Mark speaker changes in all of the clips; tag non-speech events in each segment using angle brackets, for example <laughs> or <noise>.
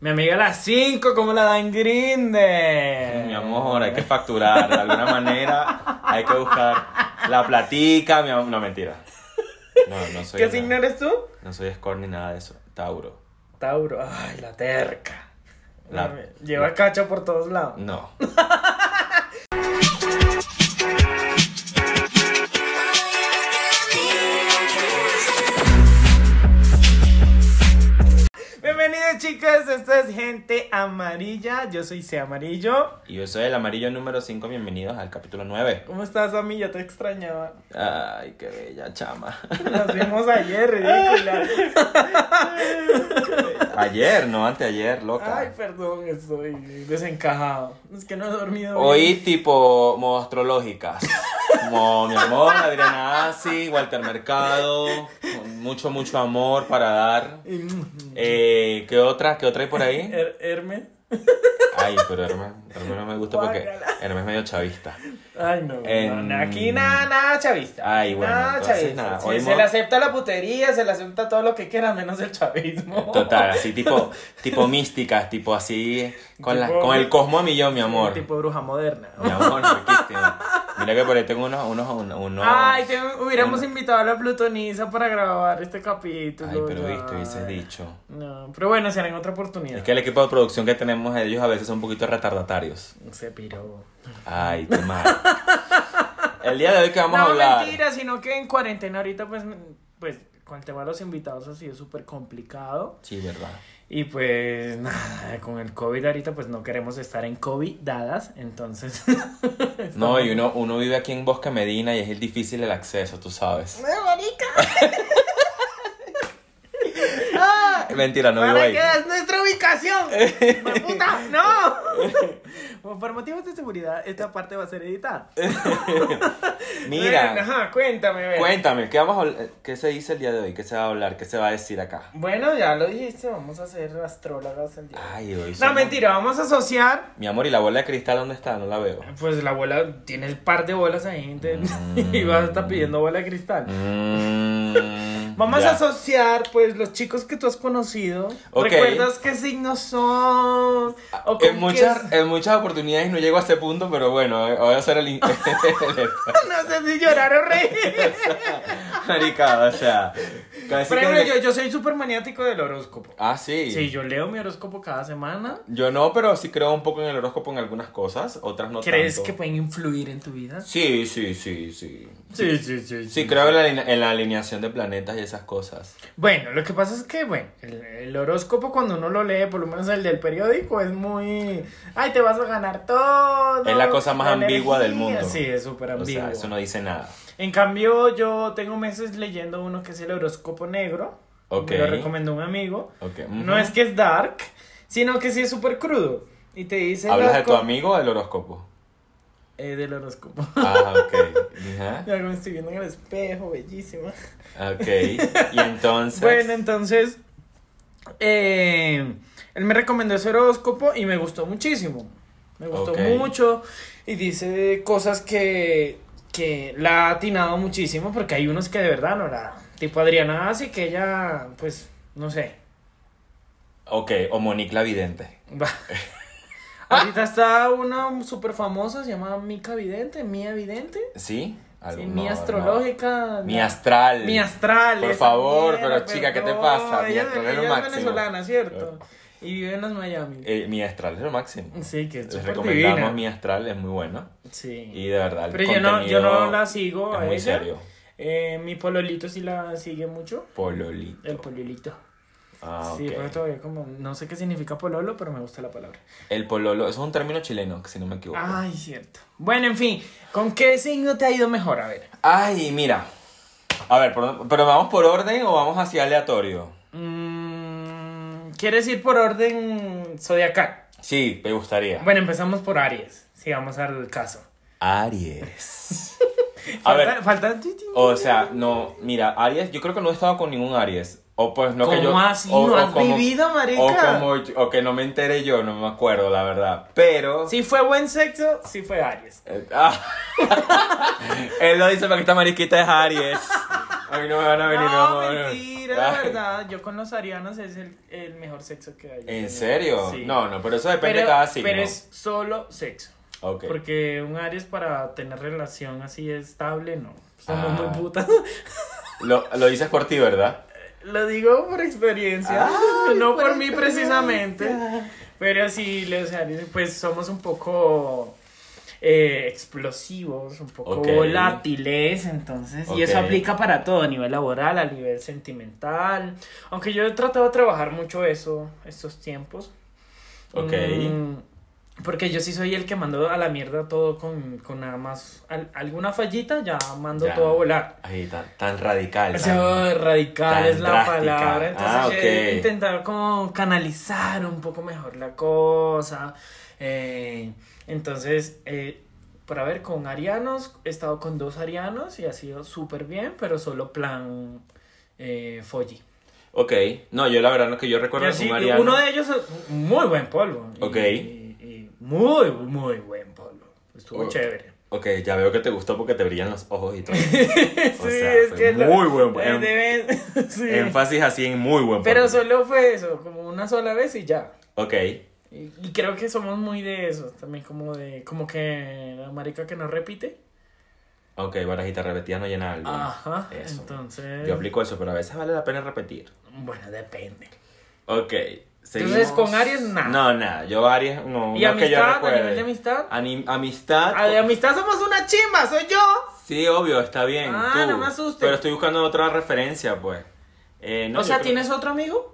Speaker 1: Mi amiga a las 5, como la dan Grinde.
Speaker 2: Mi amor, hay que facturar. De alguna manera hay que buscar la platica. Mi amor. No, mentira. No, no soy.
Speaker 1: ¿Qué
Speaker 2: nada-
Speaker 1: signo eres tú?
Speaker 2: No soy score ni nada de eso. Tauro.
Speaker 1: Tauro. Ay, la terca.
Speaker 2: La-
Speaker 1: Mami, Lleva cacho por todos lados.
Speaker 2: No.
Speaker 1: Bienvenidos, chicas. Esto es Gente Amarilla. Yo soy C Amarillo.
Speaker 2: Y yo soy el amarillo número 5. Bienvenidos al capítulo 9.
Speaker 1: ¿Cómo estás, Ami? Ya te extrañaba.
Speaker 2: Ay, qué bella chama.
Speaker 1: Nos vimos ayer, ridícula.
Speaker 2: Ayer, no anteayer, loca.
Speaker 1: Ay, perdón, estoy desencajado. Es que no he dormido.
Speaker 2: Hoy tipo monstruológicas. Como mi amor, Adriana Asi, Walter Mercado, con mucho, mucho amor para dar.
Speaker 1: bien.
Speaker 2: Eh, ¿Qué otra? ¿Qué otra hay por ahí?
Speaker 1: mm, Her- Hermes.
Speaker 2: Ay, pero Hermes, Hermes no me gusta porque
Speaker 1: Guácala.
Speaker 2: Hermes es medio chavista.
Speaker 1: Ay, no.
Speaker 2: En-
Speaker 1: no, aquí nada, nada chavista.
Speaker 2: Ay, bueno,
Speaker 1: Nada
Speaker 2: entonces,
Speaker 1: chavista.
Speaker 2: nada,
Speaker 1: Sí,
Speaker 2: hoy
Speaker 1: se
Speaker 2: mo-
Speaker 1: le acepta la putería, se le acepta todo lo que quiera, menos el chavismo. <laughs>
Speaker 2: Total, así tipo, tipo místicas, tipo así, con, la-
Speaker 1: Tipo-
Speaker 2: con el cosmo a millón, mi amor.
Speaker 1: Tipo bruja moderna.
Speaker 2: Mi amor, riquísimo. Mira que por ahí tengo unos, unos, unos.
Speaker 1: Ay, te hubiéramos
Speaker 2: Bueno.
Speaker 1: invitado a la Plutonisa para grabar este capítulo.
Speaker 2: Ay, pero
Speaker 1: ya.
Speaker 2: viste, hubieses dicho.
Speaker 1: No, pero bueno, será en otra oportunidad.
Speaker 2: Es que el equipo de producción que tenemos, ellos a veces son un poquito retardatarios.
Speaker 1: Se piró.
Speaker 2: Ay, qué mal. El día de hoy que vamos
Speaker 1: no,
Speaker 2: a hablar.
Speaker 1: mentira, sino que en cuarentena ahorita, pues, pues, con el tema de los invitados ha sido súper complicado.
Speaker 2: Sí, verdad.
Speaker 1: Y pues, nada, con el COVID ahorita, pues, no queremos estar en COVID dadas, entonces... <laughs>
Speaker 2: No, y uno, uno vive aquí en Bosque Medina y es el difícil el acceso, tú
Speaker 1: ¡Eh,
Speaker 2: sabes. <laughs> Ay, Mentira, no vivo
Speaker 1: ¡Ah! ¿Para
Speaker 2: ahí.
Speaker 1: qué es nuestra
Speaker 2: <laughs>
Speaker 1: ubicación? ¡Puta! ¡No! Bueno, Por motivos de seguridad, esta parte va a ser editada. Bueno,
Speaker 2: Eh, Mira,
Speaker 1: ajá, cuéntame, ven.
Speaker 2: cuéntame, ¿qué, vamos a habl- ¿qué se dice el día de hoy? ¿Qué se va a hablar? ¿Qué se va a decir acá?
Speaker 1: Bueno, ya lo dijiste, vamos a ser astrólogas el día.
Speaker 2: Ay,
Speaker 1: no,
Speaker 2: hoy Ah, somos-
Speaker 1: mentira, vamos a asociar.
Speaker 2: Mi amor, ¿y la bola de cristal dónde está? No la veo.
Speaker 1: Pues la abuela tiene el par de bolas ahí de- <laughs> y vas a estar pidiendo bola de cristal.
Speaker 2: Mm,
Speaker 1: Vamos
Speaker 2: ya.
Speaker 1: a asociar, pues, los chicos que tú has conocido.
Speaker 2: Ok. Ah,
Speaker 1: ¿Recuerdas qué signos son? ¿O con
Speaker 2: En
Speaker 1: qué-
Speaker 2: muchas, en muchas oportunidades no llego a ese punto, pero bueno, eh, voy a hacer el...
Speaker 1: <laughs>
Speaker 2: in- <laughs>
Speaker 1: No sé si llorar o reír.
Speaker 2: Marica, o sea... casi
Speaker 1: Por
Speaker 2: que
Speaker 1: ejemplo,
Speaker 2: me-
Speaker 1: yo, yo soy súper maniático del horóscopo.
Speaker 2: Ah, sí.
Speaker 1: Sí, yo leo mi horóscopo cada semana.
Speaker 2: Yo no, pero sí creo un poco en el horóscopo en algunas cosas, otras no
Speaker 1: ¿Crees
Speaker 2: tanto.
Speaker 1: que pueden influir en tu vida?
Speaker 2: Sí, sí, sí, sí.
Speaker 1: Sí, sí, sí.
Speaker 2: Sí, creo en la, aline- en la alineación de planetas y esas cosas.
Speaker 1: Bueno, lo que pasa es que, bueno, el, el horóscopo cuando uno lo lee, por lo menos el del periódico, es muy... Ay, te vas a ganar todo.
Speaker 2: Es la cosa más
Speaker 1: la
Speaker 2: ambigua del
Speaker 1: energía".
Speaker 2: mundo.
Speaker 1: Sí, es súper
Speaker 2: O
Speaker 1: ambiguo.
Speaker 2: sea, eso no dice nada.
Speaker 1: En cambio, yo tengo meses leyendo uno que es el horóscopo negro.
Speaker 2: Ok.
Speaker 1: Me lo recomendó un amigo.
Speaker 2: Ok, ujú.
Speaker 1: No es que es dark, sino que sí es súper crudo. Y te dice...
Speaker 2: ¿Hablas
Speaker 1: las
Speaker 2: de tu
Speaker 1: co-
Speaker 2: amigo o
Speaker 1: <laughs>
Speaker 2: del horóscopo?
Speaker 1: Eh, del horóscopo. <laughs>
Speaker 2: Ah, ok. Ajá.
Speaker 1: Ya me estoy viendo en el espejo, bellísima.
Speaker 2: Ok. Y entonces...
Speaker 1: Bueno, entonces, eh, él me recomendó ese horóscopo y me gustó muchísimo. Me gustó
Speaker 2: Ok.
Speaker 1: mucho y dice cosas que, que la ha atinado muchísimo porque hay unos que de verdad no la... Tipo Adriana así que ella, pues, no sé. <laughs>
Speaker 2: Ok, o Monique la Vidente.
Speaker 1: va. Ahorita está una súper famosa, se llama Mica Vidente, Mía Vidente.
Speaker 2: ¿Sí?
Speaker 1: Sí,
Speaker 2: Algo- no,
Speaker 1: Mía
Speaker 2: no.
Speaker 1: Astrológica.
Speaker 2: Mi
Speaker 1: la-
Speaker 2: astral.
Speaker 1: Mi astral.
Speaker 2: Por
Speaker 1: esa
Speaker 2: favor,
Speaker 1: mierda,
Speaker 2: pero chica, ¿qué te
Speaker 1: perdón.
Speaker 2: pasa? Mi
Speaker 1: Ella,
Speaker 2: astral es
Speaker 1: ella
Speaker 2: lo
Speaker 1: es
Speaker 2: máximo.
Speaker 1: venezolana, ¿cierto? Y vive en los Miami.
Speaker 2: Eh, mi astral es lo máximo.
Speaker 1: sí, que es
Speaker 2: Les
Speaker 1: súper
Speaker 2: recomendamos
Speaker 1: divina.
Speaker 2: mi astral, es muy bueno.
Speaker 1: Sí.
Speaker 2: Y de verdad, el
Speaker 1: pero yo no, yo no
Speaker 2: contenido
Speaker 1: la sigo
Speaker 2: es
Speaker 1: a
Speaker 2: muy
Speaker 1: ella.
Speaker 2: serio.
Speaker 1: Eh, mi pololito sí la sigue mucho.
Speaker 2: Pololito.
Speaker 1: El pololito.
Speaker 2: Ah,
Speaker 1: Sí,
Speaker 2: ok.
Speaker 1: pero todavía como... No sé qué significa pololo, pero me gusta la palabra.
Speaker 2: El pololo, eso es un término chileno, que si no me equivoco.
Speaker 1: Ay, cierto. Bueno, en fin. ¿Con qué signo te ha ido mejor? A ver.
Speaker 2: Ay, mira. A ver, ¿por- pero vamos por orden o vamos hacia aleatorio.
Speaker 1: Mm, ¿Quieres ir por orden zodiacal?
Speaker 2: Sí, me gustaría.
Speaker 1: Bueno, empezamos por Aries. Sigamos al caso. <laughs>
Speaker 2: Aries. A
Speaker 1: Falta,
Speaker 2: ver,
Speaker 1: falta...
Speaker 2: o sea, no, mira, Aries, yo creo que no he estado con ningún Aries. O pues no que
Speaker 1: ¿Cómo
Speaker 2: yo.
Speaker 1: así?
Speaker 2: o-
Speaker 1: ¿No
Speaker 2: o
Speaker 1: has
Speaker 2: como-
Speaker 1: vivido, marica?
Speaker 2: O como yo- o que no me enteré yo, no me acuerdo, la verdad. Pero.
Speaker 1: Si fue buen sexo, si fue Aries.
Speaker 2: <laughs> Eh, ah. Él lo dice porque esta mariquita es Aries. A mí no me van a venir,
Speaker 1: No,
Speaker 2: me van a venir.
Speaker 1: mentira, de
Speaker 2: Ay.
Speaker 1: verdad. Yo con los arianos es el, el mejor sexo que hay.
Speaker 2: ¿En serio?
Speaker 1: Sí.
Speaker 2: No, no, pero eso depende
Speaker 1: pero,
Speaker 2: de cada signo.
Speaker 1: pero es solo sexo.
Speaker 2: Ok.
Speaker 1: Porque un Aries para tener relación así estable, no. Somos
Speaker 2: Ah.
Speaker 1: muy putas. <laughs>
Speaker 2: Lo, lo dices por ti, ¿verdad?
Speaker 1: Lo digo por experiencia, no por, mí precisamente. Pero sí, los Aries, pues somos un poco eh, explosivos, un poco
Speaker 2: Ok.
Speaker 1: volátiles, entonces. Y eso
Speaker 2: Ok.
Speaker 1: aplica para todo, a nivel laboral, a nivel sentimental. Aunque yo he tratado de trabajar mucho eso estos tiempos.
Speaker 2: Ok.
Speaker 1: Mm, porque yo sí soy el que mando a la mierda todo con, con nada más al- alguna fallita, ya mando
Speaker 2: Ya.
Speaker 1: todo a volar.
Speaker 2: Ay, tan, tan radical.
Speaker 1: O
Speaker 2: tan-
Speaker 1: sea, radical
Speaker 2: tan
Speaker 1: es la
Speaker 2: drástica.
Speaker 1: palabra. Entonces,
Speaker 2: Ah,
Speaker 1: yo
Speaker 2: ok.
Speaker 1: he intentado como canalizar un poco mejor la cosa. Eh, entonces, eh, para ver, con arianos, he estado con dos arianos y ha sido súper bien, pero solo plan eh, folly.
Speaker 2: Ok. No, yo la verdad no que yo recuerdo
Speaker 1: Y
Speaker 2: que
Speaker 1: así,
Speaker 2: un ariano-
Speaker 1: uno de ellos es muy buen polvo. Y-
Speaker 2: Ok.
Speaker 1: y- y muy, muy buen polvo. Estuvo
Speaker 2: Ok.
Speaker 1: chévere.
Speaker 2: Ok, ya veo que te gustó porque te brillan los ojos y
Speaker 1: <laughs>
Speaker 2: todo.
Speaker 1: sí,
Speaker 2: sea,
Speaker 1: es
Speaker 2: fue
Speaker 1: que lo-
Speaker 2: muy buen polvo.
Speaker 1: deben- <laughs> sí.
Speaker 2: Énfasis así en muy buen
Speaker 1: Pero
Speaker 2: punto.
Speaker 1: solo fue eso, como una sola vez y ya.
Speaker 2: Ok.
Speaker 1: Y, y creo que somos muy de eso, también como de, como que la marica que no repite.
Speaker 2: Ok, barajita repetida no llena algo.
Speaker 1: Ajá,
Speaker 2: Eso.
Speaker 1: entonces.
Speaker 2: Yo aplico eso, pero a veces vale la pena repetir.
Speaker 1: Bueno, depende.
Speaker 2: Ok.
Speaker 1: Entonces,
Speaker 2: seguimos.
Speaker 1: con Aries, nada.
Speaker 2: No, nada. Yo Aries, no.
Speaker 1: ¿Y
Speaker 2: no que yo
Speaker 1: amistad? ¿A
Speaker 2: recuerde. Ah,
Speaker 1: nivel de amistad?
Speaker 2: Ani- amistad.
Speaker 1: A de amistad somos una chimba, soy yo.
Speaker 2: Sí, obvio, está bien.
Speaker 1: Ah,
Speaker 2: tú.
Speaker 1: no me asustes.
Speaker 2: Pero estoy buscando otra referencia, pues. Eh, no,
Speaker 1: o
Speaker 2: yo
Speaker 1: sea,
Speaker 2: creo-
Speaker 1: ¿tienes otro amigo?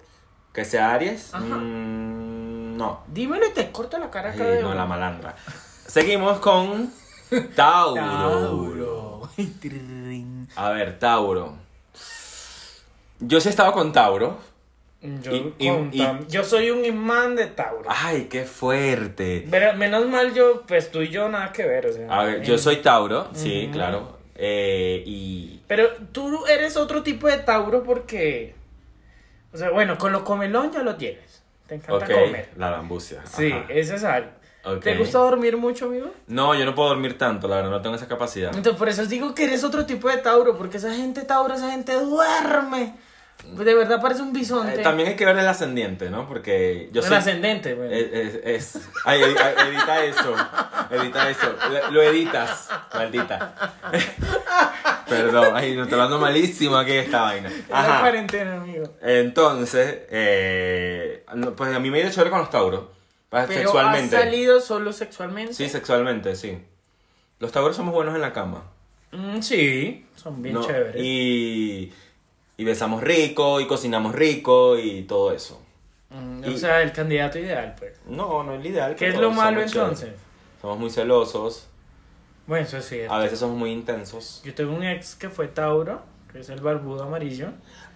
Speaker 2: Que sea Aries.
Speaker 1: Ajá.
Speaker 2: Mm, no.
Speaker 1: Dímelo y te corto la cara
Speaker 2: Ay,
Speaker 1: acá de
Speaker 2: no,
Speaker 1: una.
Speaker 2: la malandra. Seguimos con Tauro.
Speaker 1: Tauro. Tirrín.
Speaker 2: A ver, Tauro. Yo sí he estado con Tauro.
Speaker 1: Yo,
Speaker 2: Y- y-
Speaker 1: con
Speaker 2: y- Ah.
Speaker 1: Tam- yo soy un imán de Tauro.
Speaker 2: Ay, qué fuerte.
Speaker 1: Pero menos mal yo, pues tú y yo nada que ver, o sea.
Speaker 2: A ver,
Speaker 1: eh,
Speaker 2: yo soy Tauro, sí,
Speaker 1: Ujú.
Speaker 2: claro. Eh, y
Speaker 1: Pero tú eres otro tipo de Tauro porque. O sea, bueno, con lo comelón ya lo tienes. Te encanta
Speaker 2: ok,
Speaker 1: comer.
Speaker 2: la bambucia.
Speaker 1: Sí,
Speaker 2: ajá.
Speaker 1: eso es algo.
Speaker 2: Ok.
Speaker 1: ¿Te gusta dormir mucho, amigo?
Speaker 2: No, yo no puedo dormir tanto, la verdad, no tengo esa capacidad. Eh,
Speaker 1: Entonces, por eso os digo que eres otro tipo de Tauro, porque esa gente Tauro, esa gente duerme. Pues, De verdad parece un bisonte.
Speaker 2: Eh, también hay que ver el ascendiente, ¿no? Porque yo
Speaker 1: El
Speaker 2: soy... Eh,
Speaker 1: ascendente, güey.
Speaker 2: Es, es- es- Ay, edi- ay, edita eso. Edita eso. Le- Lo editas, maldita. <laughs> Perdón, ay, no, te lo ando malísimo aquí esta vaina.
Speaker 1: Es la
Speaker 2: Ajá.
Speaker 1: cuarentena, amigo.
Speaker 2: Entonces, eh, no, pues a mí me ido chévere con los tauros. pa-
Speaker 1: Pero
Speaker 2: sexualmente.
Speaker 1: has salido solo sexualmente.
Speaker 2: Sí, sexualmente, sí. Los tauros somos buenos en la cama.
Speaker 1: Mm, sí, son bien
Speaker 2: ¿no?
Speaker 1: chéveres.
Speaker 2: Y, y besamos rico, y cocinamos rico, y todo eso.
Speaker 1: Mm,
Speaker 2: y-
Speaker 1: O sea, el candidato ideal, pues.
Speaker 2: No, no es lo ideal.
Speaker 1: ¿Qué es
Speaker 2: pero
Speaker 1: lo
Speaker 2: somos
Speaker 1: malo
Speaker 2: chéveres.
Speaker 1: entonces?
Speaker 2: Somos muy celosos,
Speaker 1: Bueno, eso sí.
Speaker 2: a veces somos muy intensos.
Speaker 1: Yo tengo un ex que fue Tauro, que es el barbudo
Speaker 2: <laughs>
Speaker 1: amarillo.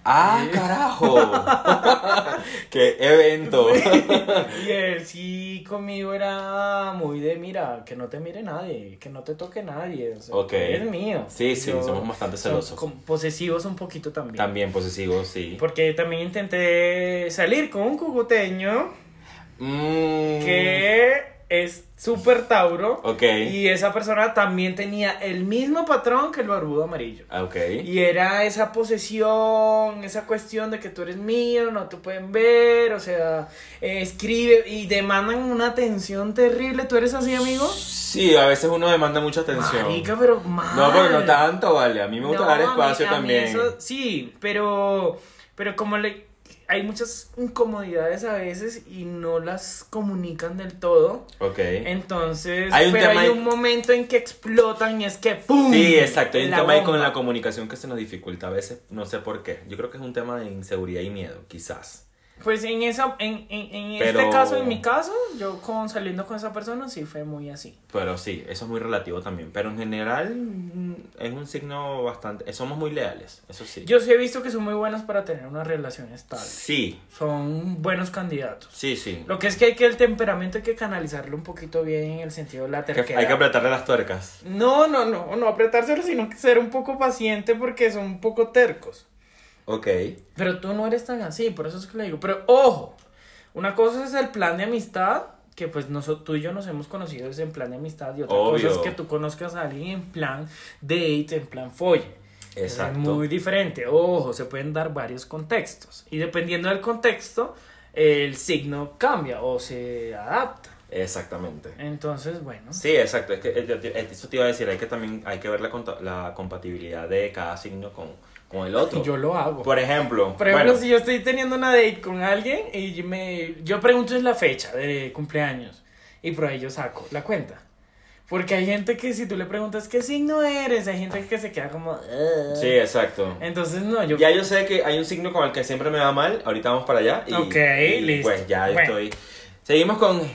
Speaker 2: ¡Ah, carajo!
Speaker 1: <laughs>
Speaker 2: ¡Qué evento!
Speaker 1: Y él sí conmigo era muy de mira, que no te mire nadie, que no te toque nadie. O sea,
Speaker 2: Ok.
Speaker 1: Es mío.
Speaker 2: Sí, sí,
Speaker 1: Yo-
Speaker 2: somos bastante
Speaker 1: son
Speaker 2: celosos.
Speaker 1: com- posesivos un poquito también.
Speaker 2: También posesivos, sí.
Speaker 1: Porque también intenté salir con un cucuteño
Speaker 2: Mm,
Speaker 1: que es súper Tauro.
Speaker 2: Ok.
Speaker 1: Y esa persona también tenía el mismo patrón que el barbudo amarillo.
Speaker 2: Ah, Ok.
Speaker 1: Y era esa posesión, esa cuestión de que tú eres mío, no te pueden ver, o sea, eh, escribe y demandan una atención terrible. ¿Tú eres así, amigo?
Speaker 2: Sí, a veces uno demanda mucha atención.
Speaker 1: Marica, pero mal.
Speaker 2: No, pero no tanto, vale. A mí me gusta
Speaker 1: Ah. No,
Speaker 2: dar
Speaker 1: a mí-
Speaker 2: espacio
Speaker 1: a mí
Speaker 2: también.
Speaker 1: eso- sí, pero, pero como le, hay muchas incomodidades a veces y no las comunican del todo.
Speaker 2: Ok.
Speaker 1: Entonces,
Speaker 2: Hay un
Speaker 1: pero
Speaker 2: tema
Speaker 1: hay
Speaker 2: ahí-
Speaker 1: un momento en que explotan y es que ¡pum!
Speaker 2: Sí, exacto. Hay un tema ahí con
Speaker 1: bomba.
Speaker 2: la comunicación que se nos dificulta a veces. No sé por qué. Yo creo que es un tema de inseguridad y miedo, quizás.
Speaker 1: Pues en esa, en, en, en
Speaker 2: Pero-
Speaker 1: este caso, en mi caso, yo con saliendo con esa persona sí fue muy así.
Speaker 2: Pero sí, eso es muy relativo también. Pero en general mm, es un signo bastante... eh, Somos muy leales, eso sí.
Speaker 1: Yo sí he visto que son muy buenos para tener una relación estable.
Speaker 2: Sí,
Speaker 1: Son buenos candidatos.
Speaker 2: sí, sí.
Speaker 1: Lo que es que hay que el temperamento hay que canalizarlo un poquito bien en el sentido de la
Speaker 2: Que-
Speaker 1: terquedad.
Speaker 2: hay que apretarle las tuercas.
Speaker 1: no, no, no, no apretárselo, sino que ser un poco paciente porque son un poco tercos.
Speaker 2: Ok.
Speaker 1: Pero tú no eres tan así, por eso es que le digo. Pero ojo, una cosa es el plan de amistad, que pues nosotros, tú y yo nos hemos conocido es en plan de amistad, y otra
Speaker 2: Obvio.
Speaker 1: cosa es que tú conozcas a alguien en plan date, en plan folle.
Speaker 2: Exacto.
Speaker 1: Es muy diferente. Ojo, se pueden dar varios contextos. Y dependiendo del contexto, el signo cambia o se adapta.
Speaker 2: Exactamente.
Speaker 1: Entonces, bueno.
Speaker 2: Sí, exacto. Es que eh, eh, eso te iba a decir, hay que también hay que ver la, conta- la compatibilidad de cada signo con, con el otro.
Speaker 1: Yo lo hago.
Speaker 2: Por ejemplo,
Speaker 1: Por ejemplo,
Speaker 2: bueno,
Speaker 1: si yo estoy teniendo una date con alguien y me, yo pregunto en la fecha de cumpleaños y por ahí yo saco la cuenta. Porque hay gente que si tú le preguntas qué signo eres, hay gente que se queda como... "Ugh".
Speaker 2: sí, exacto.
Speaker 1: Entonces, no, yo...
Speaker 2: Ya yo sé que hay un signo con el que siempre me va mal, ahorita vamos para allá. Y,
Speaker 1: Ok,
Speaker 2: y,
Speaker 1: listo.
Speaker 2: Pues ya
Speaker 1: Bueno.
Speaker 2: estoy. Seguimos con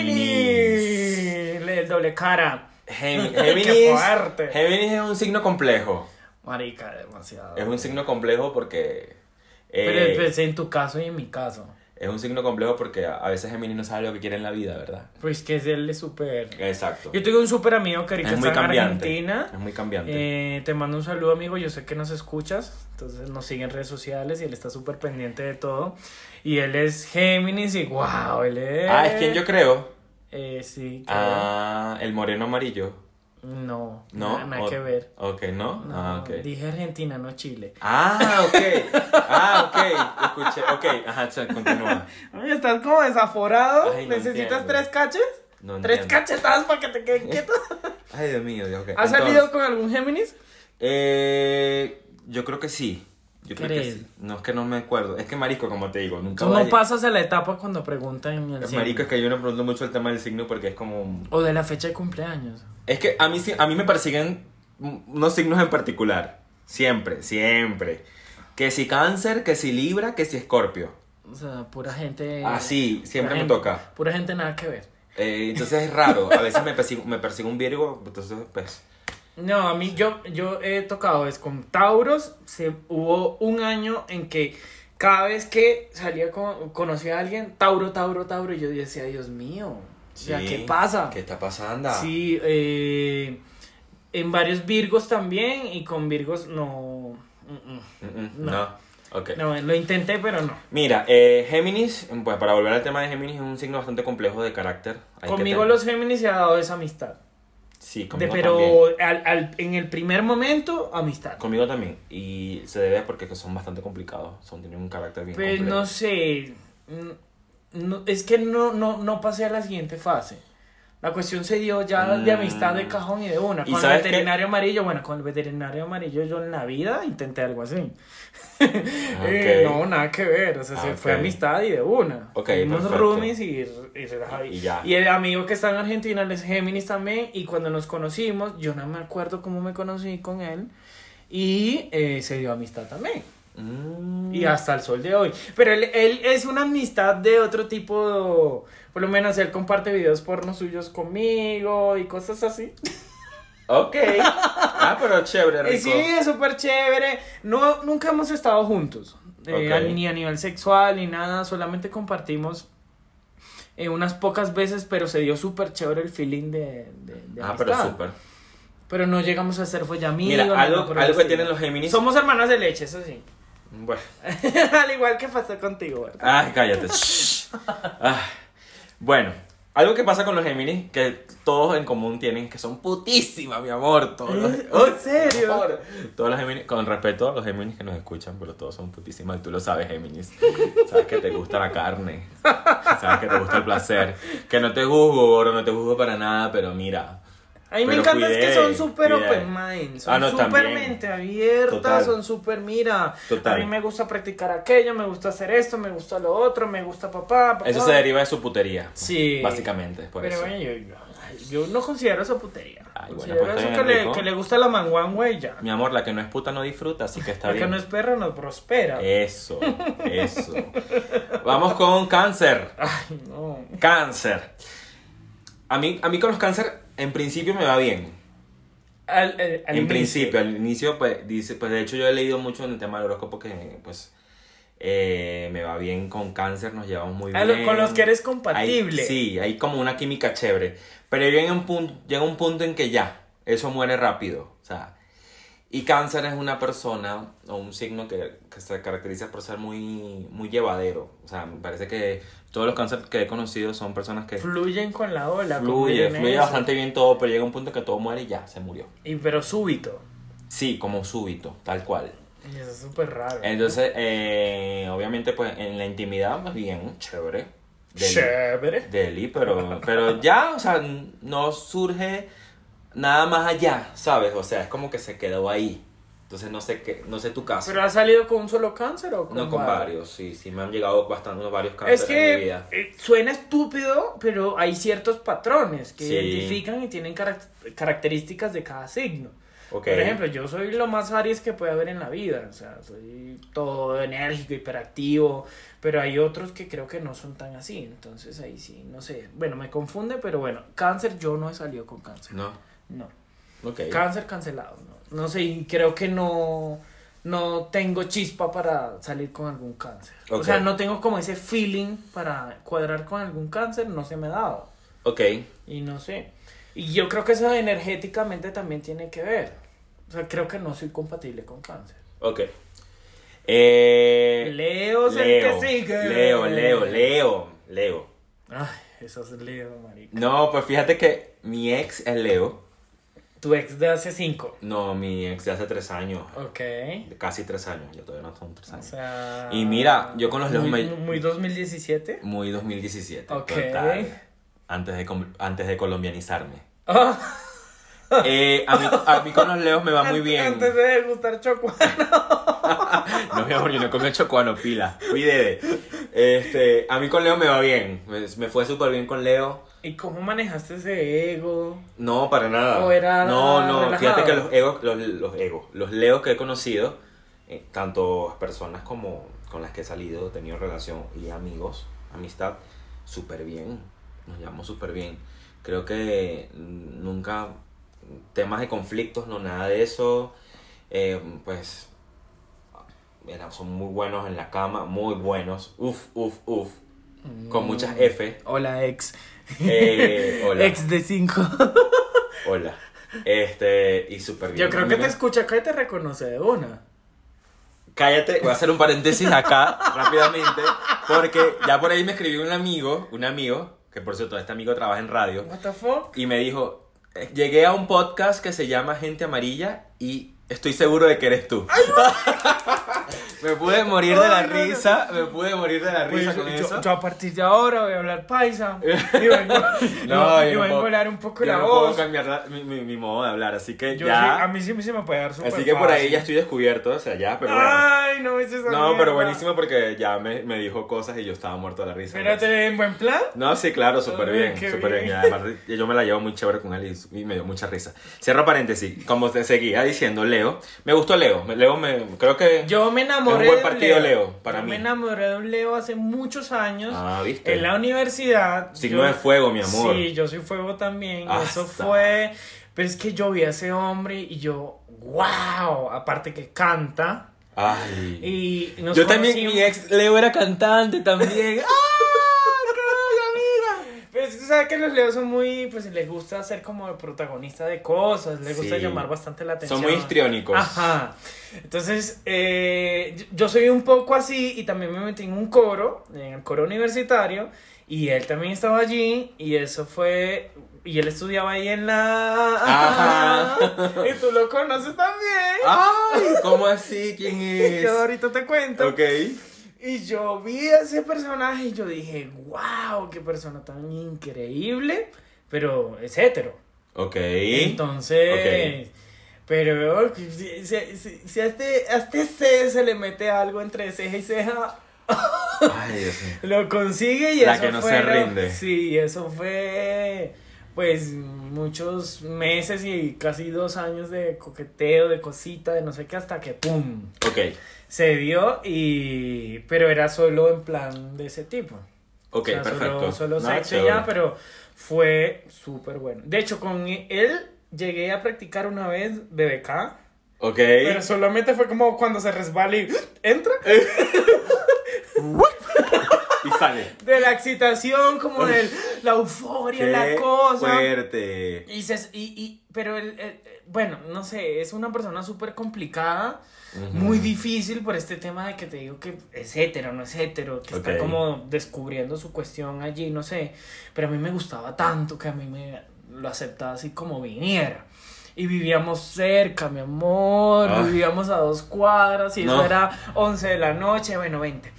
Speaker 2: Géminis.
Speaker 1: Géminis. Le- El doble cara.
Speaker 2: Gem-
Speaker 1: <laughs> Qué
Speaker 2: Géminis,
Speaker 1: fuerte.
Speaker 2: Géminis es un signo complejo.
Speaker 1: Marica, demasiado.
Speaker 2: Es un signo complejo porque. eh,
Speaker 1: Pero pues, empecé en tu caso y en mi caso.
Speaker 2: Es un signo complejo porque a a veces Géminis no sabe lo que quiere en la vida, ¿verdad?
Speaker 1: Pues que es el de súper...
Speaker 2: Exacto.
Speaker 1: Yo tengo un súper amigo que ahorita
Speaker 2: es muy
Speaker 1: está en
Speaker 2: cambiante.
Speaker 1: Argentina.
Speaker 2: Es muy cambiante.
Speaker 1: Eh, te mando un saludo, amigo. Yo sé que nos escuchas. Entonces nos sigue en redes sociales y él está súper pendiente de todo. Y él es Géminis y wow, él es.
Speaker 2: ah, es quien yo creo.
Speaker 1: Eh, sí. creo.
Speaker 2: Ah, el moreno amarillo.
Speaker 1: No.
Speaker 2: No.
Speaker 1: Nada, nada
Speaker 2: O-
Speaker 1: que ver.
Speaker 2: Ok, no.
Speaker 1: No,
Speaker 2: ah, ok.
Speaker 1: Dije Argentina, no Chile.
Speaker 2: Ah, ok. Ah, ok. Escuché. Ok, ajá, sí, continúa.
Speaker 1: Ay, Estás como desaforado.
Speaker 2: Ay, no
Speaker 1: ¿Necesitas
Speaker 2: entiendo.
Speaker 1: tres caches?
Speaker 2: No
Speaker 1: tres
Speaker 2: entiendo.
Speaker 1: cachetadas para que te
Speaker 2: <laughs>
Speaker 1: queden quieto.
Speaker 2: Ay, Dios mío, Dios. ok.
Speaker 1: ¿Has
Speaker 2: Entonces,
Speaker 1: salido con algún Géminis?
Speaker 2: Eh, yo creo que sí. Yo creo que
Speaker 1: ¿Crees?
Speaker 2: sí. No es que no me acuerdo. Es que marico, como te digo, nunca
Speaker 1: Tú no
Speaker 2: vaya-
Speaker 1: pasas a la etapa cuando preguntan el
Speaker 2: Es
Speaker 1: signo.
Speaker 2: marico, es que yo no pregunto mucho el tema del signo porque es como...
Speaker 1: O de la fecha de cumpleaños.
Speaker 2: Es que a mí, sí- a mí me persiguen unos signos en particular. Siempre, siempre. Que si cáncer, que si libra, que si escorpio.
Speaker 1: O sea, pura gente.
Speaker 2: Así, Ah,
Speaker 1: pura
Speaker 2: siempre me
Speaker 1: gente-
Speaker 2: toca.
Speaker 1: Pura gente nada que ver.
Speaker 2: Eh, entonces es raro. A veces me persigue, me persigue un virgo, entonces pues...
Speaker 1: No, a mí yo, yo he tocado es con Tauros. Se, hubo un año en que cada vez que salía con, conocía a alguien, Tauro, Tauro, Tauro, y yo decía, Dios mío, o sea,
Speaker 2: sí.
Speaker 1: ¿qué pasa?
Speaker 2: ¿Qué está pasando?
Speaker 1: Sí, eh, en varios Virgos también, y con Virgos no. mm, mm.
Speaker 2: Mm, mm,
Speaker 1: No.
Speaker 2: no. Ok.
Speaker 1: No, lo intenté, pero no.
Speaker 2: Mira, eh, Géminis, pues para volver al tema de Géminis, es un signo bastante complejo de carácter. Hay que
Speaker 1: Conmigo
Speaker 2: tener-
Speaker 1: los Géminis se ha dado esa amistad.
Speaker 2: Sí,
Speaker 1: De-
Speaker 2: conmigo también.
Speaker 1: pero al- al- en el primer momento, amistad.
Speaker 2: Conmigo también. Y se debe porque son bastante complicados. Son, tienen un carácter bien
Speaker 1: Pues
Speaker 2: complejo.
Speaker 1: no sé. mm, no- es que no, no, no pasé a la siguiente fase. La cuestión se dio ya de
Speaker 2: Mm.
Speaker 1: amistad de cajón y de una.
Speaker 2: ¿Y
Speaker 1: Con el
Speaker 2: sabes qué?
Speaker 1: veterinario amarillo, bueno, con el veterinario amarillo yo en la vida intenté algo así. Eh,
Speaker 2: Ah, Ok.
Speaker 1: no, nada que ver. O sea, se
Speaker 2: Ah,
Speaker 1: fue
Speaker 2: ok.
Speaker 1: amistad y de una.
Speaker 2: Ok,
Speaker 1: Fuimos
Speaker 2: perfecto.
Speaker 1: roomies y, y relajado.
Speaker 2: Y ya.
Speaker 1: Y el amigo que está en Argentina, él es Géminis también. Y cuando nos conocimos, yo no me acuerdo cómo me conocí con él. Y eh, se dio amistad también.
Speaker 2: Mm.
Speaker 1: Y hasta el sol de hoy. Pero él, él es una amistad de otro tipo. Por lo menos él comparte videos porno suyos conmigo y cosas así.
Speaker 2: <laughs> Ok. Ah, pero chévere,
Speaker 1: <laughs>
Speaker 2: rico.
Speaker 1: Y sí, es súper chévere. No, nunca hemos estado juntos. eh,
Speaker 2: Ok.
Speaker 1: Ni a nivel sexual ni nada. Solamente compartimos eh, unas pocas veces, pero se dio súper chévere el feeling de, de, de
Speaker 2: ah, pero
Speaker 1: amistad.
Speaker 2: súper.
Speaker 1: Pero no llegamos a ser follamigos.
Speaker 2: Mira,
Speaker 1: ni
Speaker 2: algo,
Speaker 1: nada por el
Speaker 2: algo que
Speaker 1: estilo.
Speaker 2: tienen los Géminis.
Speaker 1: Somos hermanas de leche, eso sí. <laughs>
Speaker 2: Bueno.
Speaker 1: Al igual que pasó contigo, ¿verdad?
Speaker 2: Ay,
Speaker 1: <laughs>
Speaker 2: cállate. Shh. Ah. Bueno, algo que pasa con los Géminis, que todos en común tienen, que son putísimas, mi amor. Todos los-
Speaker 1: ¿Eh?
Speaker 2: Ay,
Speaker 1: ¿En serio?
Speaker 2: mi amor. Todos los Géminis, con respeto a los Géminis que nos escuchan, pero todos son putísimas y tú lo sabes, Géminis. Sabes que te gusta la carne. Sabes que te gusta el placer. Que no te juzgo, gordo, no te juzgo para nada, pero mira.
Speaker 1: A mí me
Speaker 2: Pero
Speaker 1: encanta es que
Speaker 2: cuidé,
Speaker 1: son súper
Speaker 2: cuidé.
Speaker 1: open mind, son
Speaker 2: Ah, no,
Speaker 1: súper
Speaker 2: también.
Speaker 1: mente abierta,
Speaker 2: Total.
Speaker 1: son súper mira.
Speaker 2: Total.
Speaker 1: A mí me gusta practicar aquello, me gusta hacer esto, me gusta lo otro, me gusta papá, papá.
Speaker 2: Eso se deriva de su putería.
Speaker 1: Sí.
Speaker 2: Básicamente, por
Speaker 1: Pero
Speaker 2: eso.
Speaker 1: bueno, yo, yo- yo no considero eso putería.
Speaker 2: Ay, bueno,
Speaker 1: considero
Speaker 2: pues
Speaker 1: eso
Speaker 2: está bien,
Speaker 1: que le,
Speaker 2: rico.
Speaker 1: que le gusta la manguangua y ya.
Speaker 2: Mi amor, la que no es puta no disfruta, así que está
Speaker 1: La que
Speaker 2: bien. Eh.
Speaker 1: no es perra no prospera.
Speaker 2: Eso, eso. Vamos con cáncer.
Speaker 1: Ay, no.
Speaker 2: Cáncer. A mí, a mí con los cáncer, en principio me va bien.
Speaker 1: Al- al- al
Speaker 2: en
Speaker 1: inicio.
Speaker 2: principio, al inicio, pues, dice, pues de hecho yo he leído mucho en el tema del horóscopo que pues eh, me va bien con cáncer, nos llevamos muy
Speaker 1: A
Speaker 2: bien.
Speaker 1: Ah, lo- con los que eres compatible.
Speaker 2: compatibles sí, hay como una química chévere. Pero llega un punto, llega un punto en que ya, eso muere rápido. O sea, y cáncer es una persona o un signo que, que se caracteriza por ser muy, muy llevadero. O sea, me parece que todos los cáncer que he conocido son personas que
Speaker 1: Fluyen con la ola. como
Speaker 2: fluye,
Speaker 1: dicen
Speaker 2: fluye
Speaker 1: eso.
Speaker 2: bastante bien todo, pero llega un punto que todo muere y ya, se murió.
Speaker 1: Y, pero súbito.
Speaker 2: Sí, como súbito, tal cual.
Speaker 1: Y eso es súper raro. ¿no?
Speaker 2: Entonces, eh, obviamente, pues en la intimidad, más bien, chévere. Deli,
Speaker 1: Chévere.
Speaker 2: Deli, pero, pero ya, o sea, no surge nada más allá, ¿sabes? O sea, es como que se quedó ahí. Entonces, no sé, qué, no sé tu caso.
Speaker 1: ¿Pero ha salido con un solo cáncer o con
Speaker 2: no con
Speaker 1: varios?
Speaker 2: varios, sí, sí, me han llegado bastante unos varios cánceres
Speaker 1: Es
Speaker 2: en mi
Speaker 1: que
Speaker 2: vida.
Speaker 1: eh, suena estúpido, pero hay ciertos patrones que
Speaker 2: Sí.
Speaker 1: identifican y tienen carac- características de cada signo.
Speaker 2: Ok.
Speaker 1: Por ejemplo, yo soy lo más Aries que puede haber en la vida, o sea, soy todo enérgico, hiperactivo, pero hay otros que creo que no son tan así, entonces ahí sí, no sé, bueno, me confunde, pero bueno, cáncer, yo no he salido con cáncer,
Speaker 2: No,
Speaker 1: no,
Speaker 2: ok.
Speaker 1: cáncer cancelado, no, no sé, y creo que no, no tengo chispa para salir con algún cáncer, o
Speaker 2: Ok.
Speaker 1: sea, no tengo como ese feeling para cuadrar con algún cáncer, no se me ha dado,
Speaker 2: Ok,
Speaker 1: y no sé. Y yo creo que eso energéticamente también tiene que ver. O sea, creo que no soy compatible con cáncer.
Speaker 2: ok. Eh,
Speaker 1: Leo es el
Speaker 2: Leo,
Speaker 1: que sigue.
Speaker 2: Leo, Leo, Leo, Leo.
Speaker 1: Ay, eso es Leo, marica.
Speaker 2: No, pues fíjate que mi ex es Leo.
Speaker 1: Tu ex de hace cinco.
Speaker 2: No, mi ex de hace tres años.
Speaker 1: Ok. Ah,
Speaker 2: de Casi tres años, yo todavía no son tres
Speaker 1: O
Speaker 2: años.
Speaker 1: sea.
Speaker 2: Y mira, yo con los Leos
Speaker 1: muy,
Speaker 2: me- Mm.
Speaker 1: muy 2017.
Speaker 2: Muy 2017.
Speaker 1: Ok.
Speaker 2: total, antes, de, com- antes
Speaker 1: <laughs>
Speaker 2: de colombianizarme.
Speaker 1: Ah,
Speaker 2: Eh, a, mí, a mí con los Leos me va muy bien.
Speaker 1: Antes de gustar chocolate.
Speaker 2: No voy a reunirme con el chocuano, pila. Cuide. Este, a mí con Leo me va bien. Me, me fue súper bien con Leo.
Speaker 1: ¿Y cómo manejaste ese ego?
Speaker 2: No, para nada.
Speaker 1: ¿O era
Speaker 2: no, no,
Speaker 1: relajado?
Speaker 2: fíjate que los egos, los, los egos, los leos que he conocido, eh, tanto personas como con las que he salido, he tenido relación y amigos, amistad, súper bien. Nos llevamos súper bien. Creo que mm, nunca temas de conflictos, no nada de eso. Eh, pues eran- son muy buenos en la cama, muy buenos. Uf, uf,
Speaker 1: <laughs>
Speaker 2: uf. Con muchas F.
Speaker 1: Hola, ex.
Speaker 2: Eh, hola.
Speaker 1: Ex de cinco.
Speaker 2: Hola. Este, y súper bien.
Speaker 1: Yo creo que te
Speaker 2: Mira,
Speaker 1: escucha acá y te reconoce de una.
Speaker 2: Cállate, voy a hacer un paréntesis acá rápidamente, porque ya por ahí me escribió un amigo, un amigo, que por cierto, este amigo trabaja en radio,
Speaker 1: What the fuck?
Speaker 2: y me dijo, eh, llegué a un podcast que se llama Gente Amarilla y estoy seguro de que eres tú. <laughs> me pude morir de la
Speaker 1: Ay, no, no.
Speaker 2: risa, me pude morir de la
Speaker 1: Pues,
Speaker 2: risa con
Speaker 1: yo,
Speaker 2: eso.
Speaker 1: yo a partir de ahora voy a hablar
Speaker 2: <laughs>
Speaker 1: paisa. Y vengo,
Speaker 2: No,
Speaker 1: y
Speaker 2: yo no
Speaker 1: vengo a
Speaker 2: puedo-
Speaker 1: volar un poco
Speaker 2: yo
Speaker 1: la
Speaker 2: no puedo
Speaker 1: voz.
Speaker 2: cambiar la- mi, mi- mi modo de hablar, así que
Speaker 1: Yo sí, a
Speaker 2: ya...
Speaker 1: mí sí me- se me puede dar súper
Speaker 2: Así que por ahí
Speaker 1: fácil. Ah,
Speaker 2: ya estoy descubierto, o sea, ya, pero bueno.
Speaker 1: Ay, no me hice esa
Speaker 2: No,
Speaker 1: mierda.
Speaker 2: pero buenísimo porque ya me, me dijo cosas y yo estaba muerto de la risa. pues.
Speaker 1: Pero te ve en buen plan.
Speaker 2: No, sí, claro, súper
Speaker 1: Ay,
Speaker 2: bien,
Speaker 1: qué
Speaker 2: súper bien.
Speaker 1: bien.
Speaker 2: Y además yo me la llevo muy chévere con él y, y me dio mucha risa. Cierro paréntesis, como te seguía diciendo, Leo, me gustó Leo, me- Leo me, creo que...
Speaker 1: Yo me enamoré
Speaker 2: Es un buen
Speaker 1: de un
Speaker 2: partido,
Speaker 1: Leo.
Speaker 2: Leo, para
Speaker 1: Yo
Speaker 2: mí.
Speaker 1: me enamoré de un Leo hace muchos años.
Speaker 2: ah, viste.
Speaker 1: En la universidad.
Speaker 2: Signo
Speaker 1: yo-
Speaker 2: de fuego, mi amor.
Speaker 1: Sí, yo soy fuego también. y Eso
Speaker 2: Hasta.
Speaker 1: fue. Pero es que yo vi a ese hombre y yo, wow. Aparte que canta.
Speaker 2: Ay.
Speaker 1: Y nos
Speaker 2: yo también,
Speaker 1: conocimos-
Speaker 2: mi ex Leo era cantante
Speaker 1: <laughs>
Speaker 2: también. ¡Ah, qué
Speaker 1: Pero tú sabes Pues, que los leos son muy, pues les gusta ser como el protagonista de cosas, les gusta
Speaker 2: Sí.
Speaker 1: llamar bastante la
Speaker 2: amiga!
Speaker 1: atención.
Speaker 2: Son muy histriónicos.
Speaker 1: Ajá. Entonces, eh, yo- yo soy un poco así y también me metí en un coro, en el coro universitario, y él también estaba allí y eso fue, y él estudiaba ahí en la...
Speaker 2: Ajá.
Speaker 1: <laughs> Y tú lo conoces también.
Speaker 2: ¡Ay! ¿Cómo así? ¿Quién
Speaker 1: <laughs>
Speaker 2: es?
Speaker 1: Yo ahorita te cuento.
Speaker 2: Ok.
Speaker 1: Y yo vi a ese personaje y yo dije, wow, qué persona tan increíble, pero es hetero.
Speaker 2: Ok.
Speaker 1: Entonces,
Speaker 2: Ok.
Speaker 1: pero si, si- si- si a, este, a este C se le mete algo entre ceja y ceja,
Speaker 2: Ay, Dios mío.
Speaker 1: lo consigue y
Speaker 2: La
Speaker 1: eso
Speaker 2: que no se
Speaker 1: fueron-
Speaker 2: rinde.
Speaker 1: Sí, eso fue pues muchos meses y casi dos años de coqueteo, de cosita, de no sé qué, hasta que ¡pum!
Speaker 2: Ok,
Speaker 1: se dio y pero era solo en plan de ese tipo
Speaker 2: ok,
Speaker 1: o sea,
Speaker 2: perfecto.
Speaker 1: solo, solo
Speaker 2: Nada,
Speaker 1: sexo y
Speaker 2: chévere.
Speaker 1: ya pero fue súper bueno de hecho con él llegué a practicar una vez BBK
Speaker 2: Ok.
Speaker 1: pero solamente fue como cuando se resbala y <gasps> entra
Speaker 2: Y
Speaker 1: <laughs>
Speaker 2: sale.
Speaker 1: de la excitación como de la euforia la cosa
Speaker 2: fuerte.
Speaker 1: y, se- y- y- pero el, el- bueno no sé es una persona súper complicada muy difícil por este tema de que te digo que es hetero, no es hetero, que
Speaker 2: Ok.
Speaker 1: está como descubriendo su cuestión allí, no sé. Pero a mí me gustaba tanto que a mí me lo aceptaba así como viniera. y vivíamos cerca, mi amor,
Speaker 2: Ah.
Speaker 1: vivíamos a dos cuadras y
Speaker 2: No.
Speaker 1: eso era 11 de la noche, bueno, 20.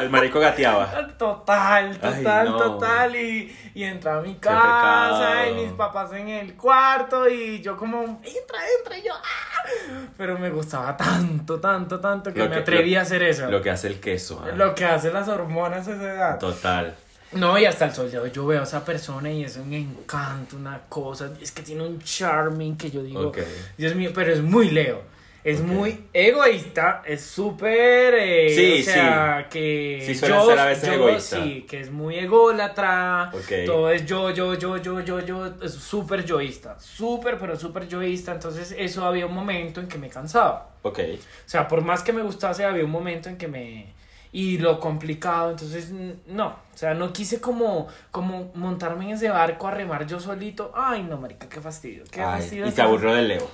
Speaker 2: El marico gateaba.
Speaker 1: Total,
Speaker 2: Ay,
Speaker 1: total,
Speaker 2: no.
Speaker 1: total. Y, y entra a mi casa y
Speaker 2: pecado.
Speaker 1: mis papás en el cuarto y yo como, entra, entra, y yo, "Ah". Pero me gustaba tanto, tanto, tanto que
Speaker 2: Lo
Speaker 1: me
Speaker 2: que-
Speaker 1: atreví
Speaker 2: lo-
Speaker 1: a hacer eso.
Speaker 2: Lo que hace el queso. ah.
Speaker 1: Lo que hacen las hormonas a esa edad.
Speaker 2: Total.
Speaker 1: No, y hasta el sol de hoy yo veo a esa persona y es un encanto, una cosa. Es que tiene un charming que yo digo,
Speaker 2: Ok.
Speaker 1: Dios mío, pero es muy Leo. Es
Speaker 2: Ok.
Speaker 1: muy egoísta, es súper. eh,
Speaker 2: Sí,
Speaker 1: o sea, que.
Speaker 2: Sí, suelen ser a veces egoísta.
Speaker 1: Sí, que es muy ególatra.
Speaker 2: Ok.
Speaker 1: Todo es yo, yo, yo, yo, yo, yo. Es súper yoísta. Súper, pero súper yoísta. Entonces, eso había un momento en que me cansaba.
Speaker 2: Ok.
Speaker 1: O sea, por más que me gustase, había un momento en que me... Y lo complicado, entonces, n- no. O sea, no quise como, como montarme en ese barco a remar yo solito. Ay, no, marica, qué fastidio. Qué
Speaker 2: Ay,
Speaker 1: fastidio.
Speaker 2: y
Speaker 1: es
Speaker 2: se aburrió de Leo.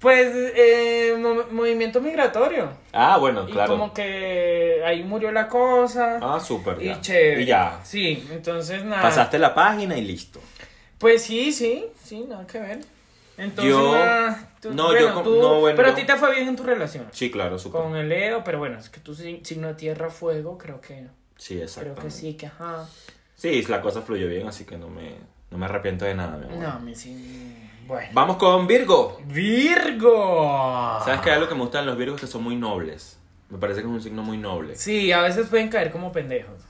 Speaker 1: Pues, eh, mo- movimiento migratorio.
Speaker 2: Ah, bueno,
Speaker 1: Y como
Speaker 2: claro.
Speaker 1: que ahí murió la cosa.
Speaker 2: Ah, súper.
Speaker 1: y
Speaker 2: ya.
Speaker 1: chévere.
Speaker 2: Y ya.
Speaker 1: Sí, entonces nada.
Speaker 2: Pasaste la página y listo.
Speaker 1: Pues sí, sí, sí, nada que ver. Entonces,
Speaker 2: Yo-
Speaker 1: nada, tú-
Speaker 2: no,
Speaker 1: bueno,
Speaker 2: yo con-
Speaker 1: tú-
Speaker 2: no, bueno,
Speaker 1: Pero a
Speaker 2: yo-
Speaker 1: ti te fue bien en tu relación.
Speaker 2: Sí, claro, súper.
Speaker 1: Con el Leo, pero bueno, es que tu sig- signo de tierra, fuego, creo que,
Speaker 2: Sí,
Speaker 1: creo
Speaker 2: exactamente.
Speaker 1: que sí, que ajá.
Speaker 2: Sí, la cosa fluyó bien, así que no me, no me arrepiento de nada, mi amor.
Speaker 1: No, me sí. Bueno.
Speaker 2: Vamos con Virgo.
Speaker 1: Virgo.
Speaker 2: ¿Sabes qué es lo que me gustan los Virgos? Que son muy nobles. Me parece que es un signo muy noble.
Speaker 1: Sí, a veces pueden caer como pendejos.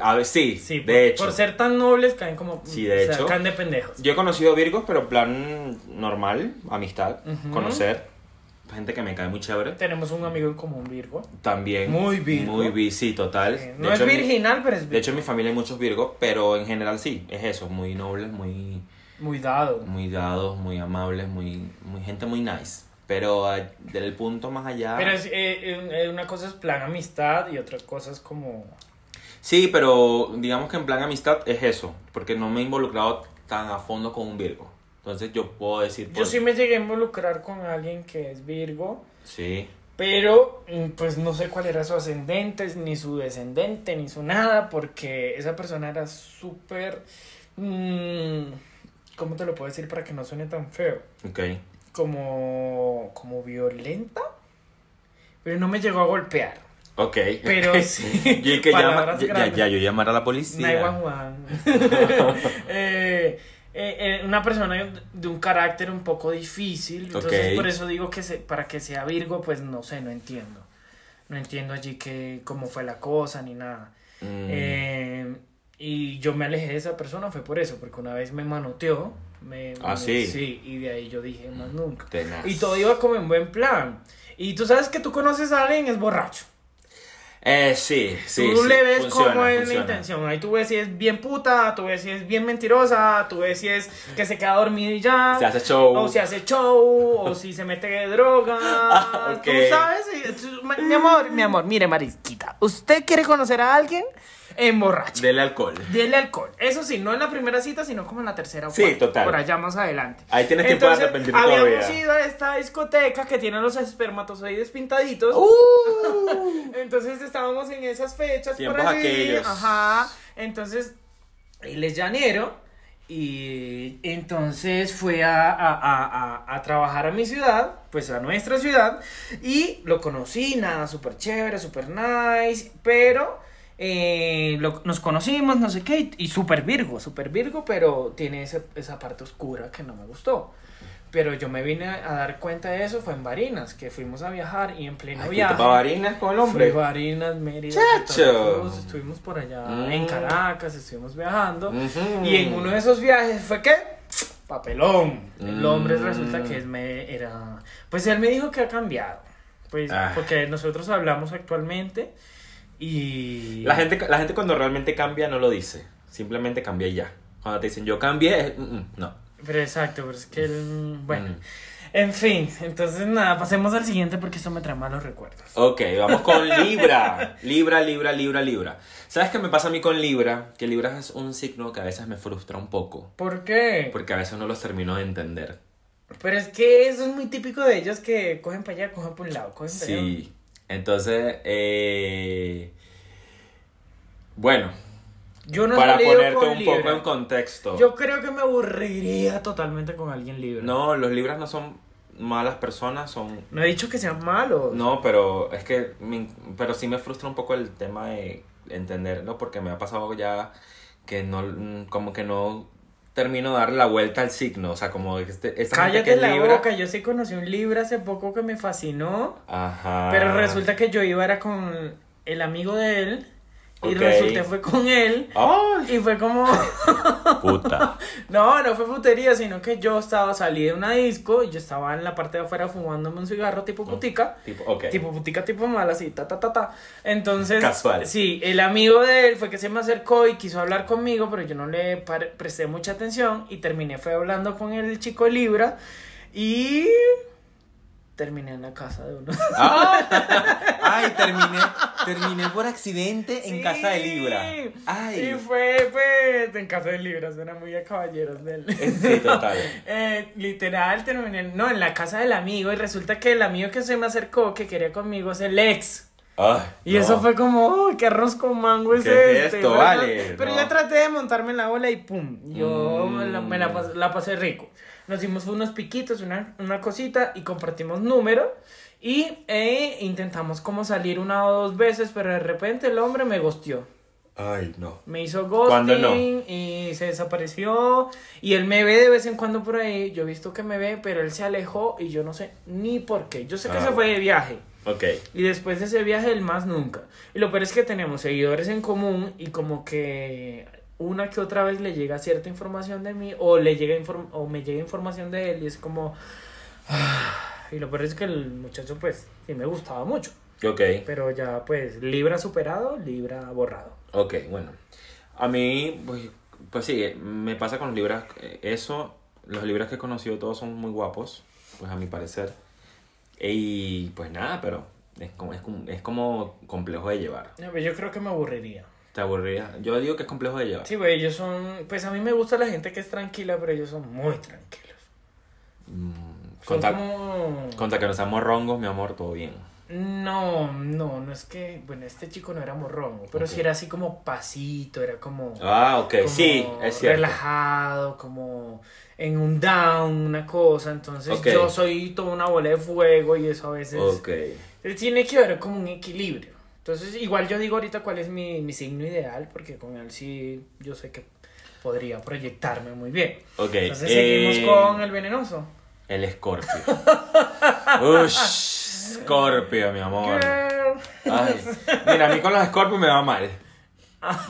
Speaker 2: A ver, sí,
Speaker 1: Sí,
Speaker 2: de
Speaker 1: por,
Speaker 2: hecho.
Speaker 1: por ser tan nobles caen como.
Speaker 2: Sí, de
Speaker 1: o sea,
Speaker 2: hecho.
Speaker 1: caen de pendejos.
Speaker 2: Yo he conocido Virgos, pero en plan normal, amistad,
Speaker 1: Ujú.
Speaker 2: conocer. Gente que me cae muy chévere.
Speaker 1: Tenemos un amigo en común, Virgo.
Speaker 2: También.
Speaker 1: Muy Virgo.
Speaker 2: Muy vi, sí, total.
Speaker 1: Eh,
Speaker 2: De
Speaker 1: no es
Speaker 2: hecho, en mi-
Speaker 1: virginal, pero es
Speaker 2: De hecho, en mi familia hay muchos Virgos, pero en general sí, es eso, muy nobles, muy,
Speaker 1: muy dado.
Speaker 2: muy dados, muy amables, muy, muy gente muy nice. Pero ah, del punto más allá...
Speaker 1: Pero es, eh, eh, una cosa es plan amistad y otra cosa es como.
Speaker 2: Sí, pero digamos que en plan amistad es eso, porque no me he involucrado tan a fondo con un Virgo. Entonces yo puedo decir...
Speaker 1: Yo
Speaker 2: pues,
Speaker 1: sí me llegué a involucrar con alguien que es Virgo.
Speaker 2: Sí,
Speaker 1: Pero, mm, pues no sé cuál era su ascendente, ni su descendente, ni su nada, porque esa persona era súper... mm, ¿Cómo te lo puedo decir para que no suene tan feo?
Speaker 2: ok.
Speaker 1: Como, como violenta. Pero no me llegó a golpear.
Speaker 2: Ok. <laughs>
Speaker 1: Pero sí.
Speaker 2: Yo que llama,
Speaker 1: palabras
Speaker 2: ya, ya,
Speaker 1: grandes.
Speaker 2: ya, yo llamar a la policía. <laughs>
Speaker 1: 911. <laughs> Eh, eh, eh, una persona de un carácter un poco difícil. Entonces,
Speaker 2: Ok.
Speaker 1: por eso digo que se- para que sea Virgo, pues no sé, no entiendo. No entiendo allí que, cómo fue la cosa ni nada.
Speaker 2: Mm,
Speaker 1: Eh, y yo me alejé de esa persona, fue por eso, porque una vez me manoteó. Me,
Speaker 2: Ah,
Speaker 1: me-
Speaker 2: sí.
Speaker 1: y de ahí yo dije, más nunca.
Speaker 2: tenaz.
Speaker 1: Y todo iba como en buen plan. Y tú sabes que tú conoces a alguien, es borracho.
Speaker 2: Eh, sí, sí.
Speaker 1: tú
Speaker 2: sí,
Speaker 1: le ves
Speaker 2: funciona,
Speaker 1: cómo es la
Speaker 2: funciona.
Speaker 1: intención. Ahí tú ves si es bien puta, tú ves si es bien mentirosa, tú ves si es que se queda dormido y ya.
Speaker 2: Se hace show.
Speaker 1: O si hace show, o si se mete de droga.
Speaker 2: <laughs> Ah, ok.
Speaker 1: Tú sabes. y- tú- ma- Mi amor, mi amor, mire, Marisquita. ¿Usted quiere conocer a alguien? Emborracha.
Speaker 2: Del alcohol.
Speaker 1: Dele alcohol. Eso sí, no en la primera cita, sino como en la tercera o
Speaker 2: Sí,
Speaker 1: cuarta,
Speaker 2: total.
Speaker 1: Por allá más adelante.
Speaker 2: Ahí tienes tiempo de arrepentirte
Speaker 1: habíamos
Speaker 2: todavía.
Speaker 1: ido a esta discoteca que tiene los espermatozoides pintaditos.
Speaker 2: Uh.
Speaker 1: <laughs> Entonces estábamos en esas fechas por
Speaker 2: Tiempos
Speaker 1: allí,
Speaker 2: aquellos.
Speaker 1: Ajá. Entonces, él es llanero. Y entonces fue a, a- a- a- a trabajar a mi ciudad, pues a nuestra ciudad, y lo conocí, nada, súper chévere, súper nice, pero eh, lo- nos conocimos, no sé qué, y, y súper virgo, súper virgo, pero tiene ese- esa parte oscura que no me gustó. Pero yo me vine a dar cuenta de eso, fue en Varinas, que fuimos a viajar y en pleno
Speaker 2: Ay, fuiste
Speaker 1: viaje.
Speaker 2: pa' Barinas con el hombre.
Speaker 1: Fui a Barinas, Mérida,
Speaker 2: Chacho.
Speaker 1: Santa Cruz, estuvimos por allá en
Speaker 2: Mm.
Speaker 1: Caracas, estuvimos viajando.
Speaker 2: Ujú.
Speaker 1: Y en uno de esos viajes fue que papelón. El hombre
Speaker 2: Mm.
Speaker 1: resulta que él me era pues él me dijo que ha cambiado. Pues
Speaker 2: Ah.
Speaker 1: porque nosotros hablamos actualmente y
Speaker 2: La gente, la gente cuando realmente cambia no lo dice. Simplemente cambia y ya. Cuando te dicen yo cambié, es, "Mm, mm, no.
Speaker 1: pero exacto, pero es que él bueno,
Speaker 2: Mm.
Speaker 1: en fin, entonces nada, pasemos al siguiente porque esto me trae malos recuerdos.
Speaker 2: Ok, vamos
Speaker 1: <laughs>
Speaker 2: con Libra. Libra, Libra, Libra, Libra. ¿Sabes qué me pasa a mí con Libra? Que Libra es un signo que a veces me frustra un poco.
Speaker 1: ¿Por qué?
Speaker 2: Porque a veces no los termino de entender.
Speaker 1: Pero es que eso es muy típico de ellos que cogen para allá, cogen por un lado, cogen para allá.
Speaker 2: Sí. Entonces, eh, bueno,
Speaker 1: Yo no he
Speaker 2: Para
Speaker 1: salido
Speaker 2: ponerte
Speaker 1: con
Speaker 2: un
Speaker 1: Libra.
Speaker 2: poco en contexto.
Speaker 1: Yo creo que me aburriría totalmente con alguien libre.
Speaker 2: No, los libras no son malas personas, son...
Speaker 1: No he dicho que sean malos.
Speaker 2: No, pero es que... me- pero sí me frustra un poco el tema de entenderlo porque me ha pasado ya que no... mm, Como que no termino de darle la vuelta al signo. O sea, como este, esta gente que
Speaker 1: Cállate
Speaker 2: es
Speaker 1: la
Speaker 2: libra...
Speaker 1: boca, yo sí conocí un libra hace poco que me fascinó.
Speaker 2: Ajá.
Speaker 1: Pero resulta que yo iba era con el amigo de él. Y
Speaker 2: Ok.
Speaker 1: resulté fue con él.
Speaker 2: ¡Ay,
Speaker 1: Y fue como. <laughs>
Speaker 2: Ah,
Speaker 1: Oh.
Speaker 2: puta!
Speaker 1: No, no fue putería, sino que yo estaba, salí de una disco. Y yo estaba en la parte de afuera fumándome un cigarro tipo putica.
Speaker 2: tipo, ok.
Speaker 1: Tipo putica, tipo mala, así, ta, ta, ta, ta. Entonces.
Speaker 2: Casual.
Speaker 1: Sí, el amigo de él fue que se me acercó y quiso hablar conmigo, pero yo no le par- presté mucha atención. Y terminé, fue hablando con el chico Libra. Y. Terminé en la casa de uno.
Speaker 2: Ah. Ay, terminé, terminé por accidente <laughs> en
Speaker 1: Sí.
Speaker 2: casa de Libra.
Speaker 1: Y
Speaker 2: Ay.
Speaker 1: fue, pues, en casa de Libra, suena muy a caballeros del...
Speaker 2: Sí, total.
Speaker 1: <laughs> Eh, literal, terminé, no, en la casa del amigo y resulta que el amigo que se me acercó, que quería conmigo, es el ex.
Speaker 2: Ay,
Speaker 1: Y
Speaker 2: no.
Speaker 1: eso fue como, "Uy, qué arroz con mango es
Speaker 2: ¿Qué es
Speaker 1: este.
Speaker 2: esto?
Speaker 1: Pero,
Speaker 2: Vale,
Speaker 1: pero
Speaker 2: no.
Speaker 1: yo traté de montarme en la ola y pum, yo
Speaker 2: Mm.
Speaker 1: me la, me la pas- la pasé rico. Nos dimos unos piquitos, una, una cosita y compartimos número. Y eh, intentamos como salir una o dos veces, pero de repente el hombre me gosteó.
Speaker 2: Ay, no.
Speaker 1: Me hizo
Speaker 2: ¿Cuándo
Speaker 1: ghosting
Speaker 2: no?
Speaker 1: y se desapareció. Y él me ve de vez en cuando por ahí. Yo he visto que me ve, pero él se alejó y yo no sé ni por qué. Yo sé que
Speaker 2: Ah,
Speaker 1: se fue
Speaker 2: bueno.
Speaker 1: de viaje.
Speaker 2: Ok.
Speaker 1: Y después de ese viaje, él más nunca. Y lo peor es que tenemos seguidores en común y como que una que otra vez le llega cierta información de mí o, le llega inform- o me llega información de él y es como... "Ah". Y lo peor es que el muchacho pues sí me gustaba mucho.
Speaker 2: Ok.
Speaker 1: Pero ya pues Libra superado, Libra borrado.
Speaker 2: Ok, bueno. A mí, pues, pues sí, me pasa con los libras. eh, Eso, los libras que he conocido todos son muy guapos, pues a mi parecer. Y pues nada, pero es como, es como, es como complejo de llevar.
Speaker 1: No, pero Yo creo que me aburriría.
Speaker 2: Te aburría. Yo digo que es complejo de llevar.
Speaker 1: Sí, güey, ellos son... Pues a mí me gusta la gente que es tranquila, pero ellos son muy tranquilos.
Speaker 2: Mm,
Speaker 1: Son
Speaker 2: conta,
Speaker 1: como...
Speaker 2: conta que no seamos rongos, mi amor, todo bien.
Speaker 1: No, no, no es que, bueno, este chico no era morrongo, pero
Speaker 2: Ok.
Speaker 1: sí era así como pasito, era como,
Speaker 2: Ah, ok,
Speaker 1: como
Speaker 2: sí, es cierto.
Speaker 1: relajado, como en un down, una cosa, entonces
Speaker 2: Ok.
Speaker 1: yo soy toda una bola de fuego y eso a veces eh,
Speaker 2: Ok.
Speaker 1: tiene que haber como un equilibrio. Entonces, igual yo digo ahorita cuál es mi, mi signo ideal, porque con él sí yo sé que podría proyectarme muy bien.
Speaker 2: Ok.
Speaker 1: Entonces
Speaker 2: eh,
Speaker 1: seguimos con el venenoso.
Speaker 2: El escorpio. Ush, escorpio, mi amor.
Speaker 1: Girl.
Speaker 2: Ay, mira, a mí con los escorpios me va mal.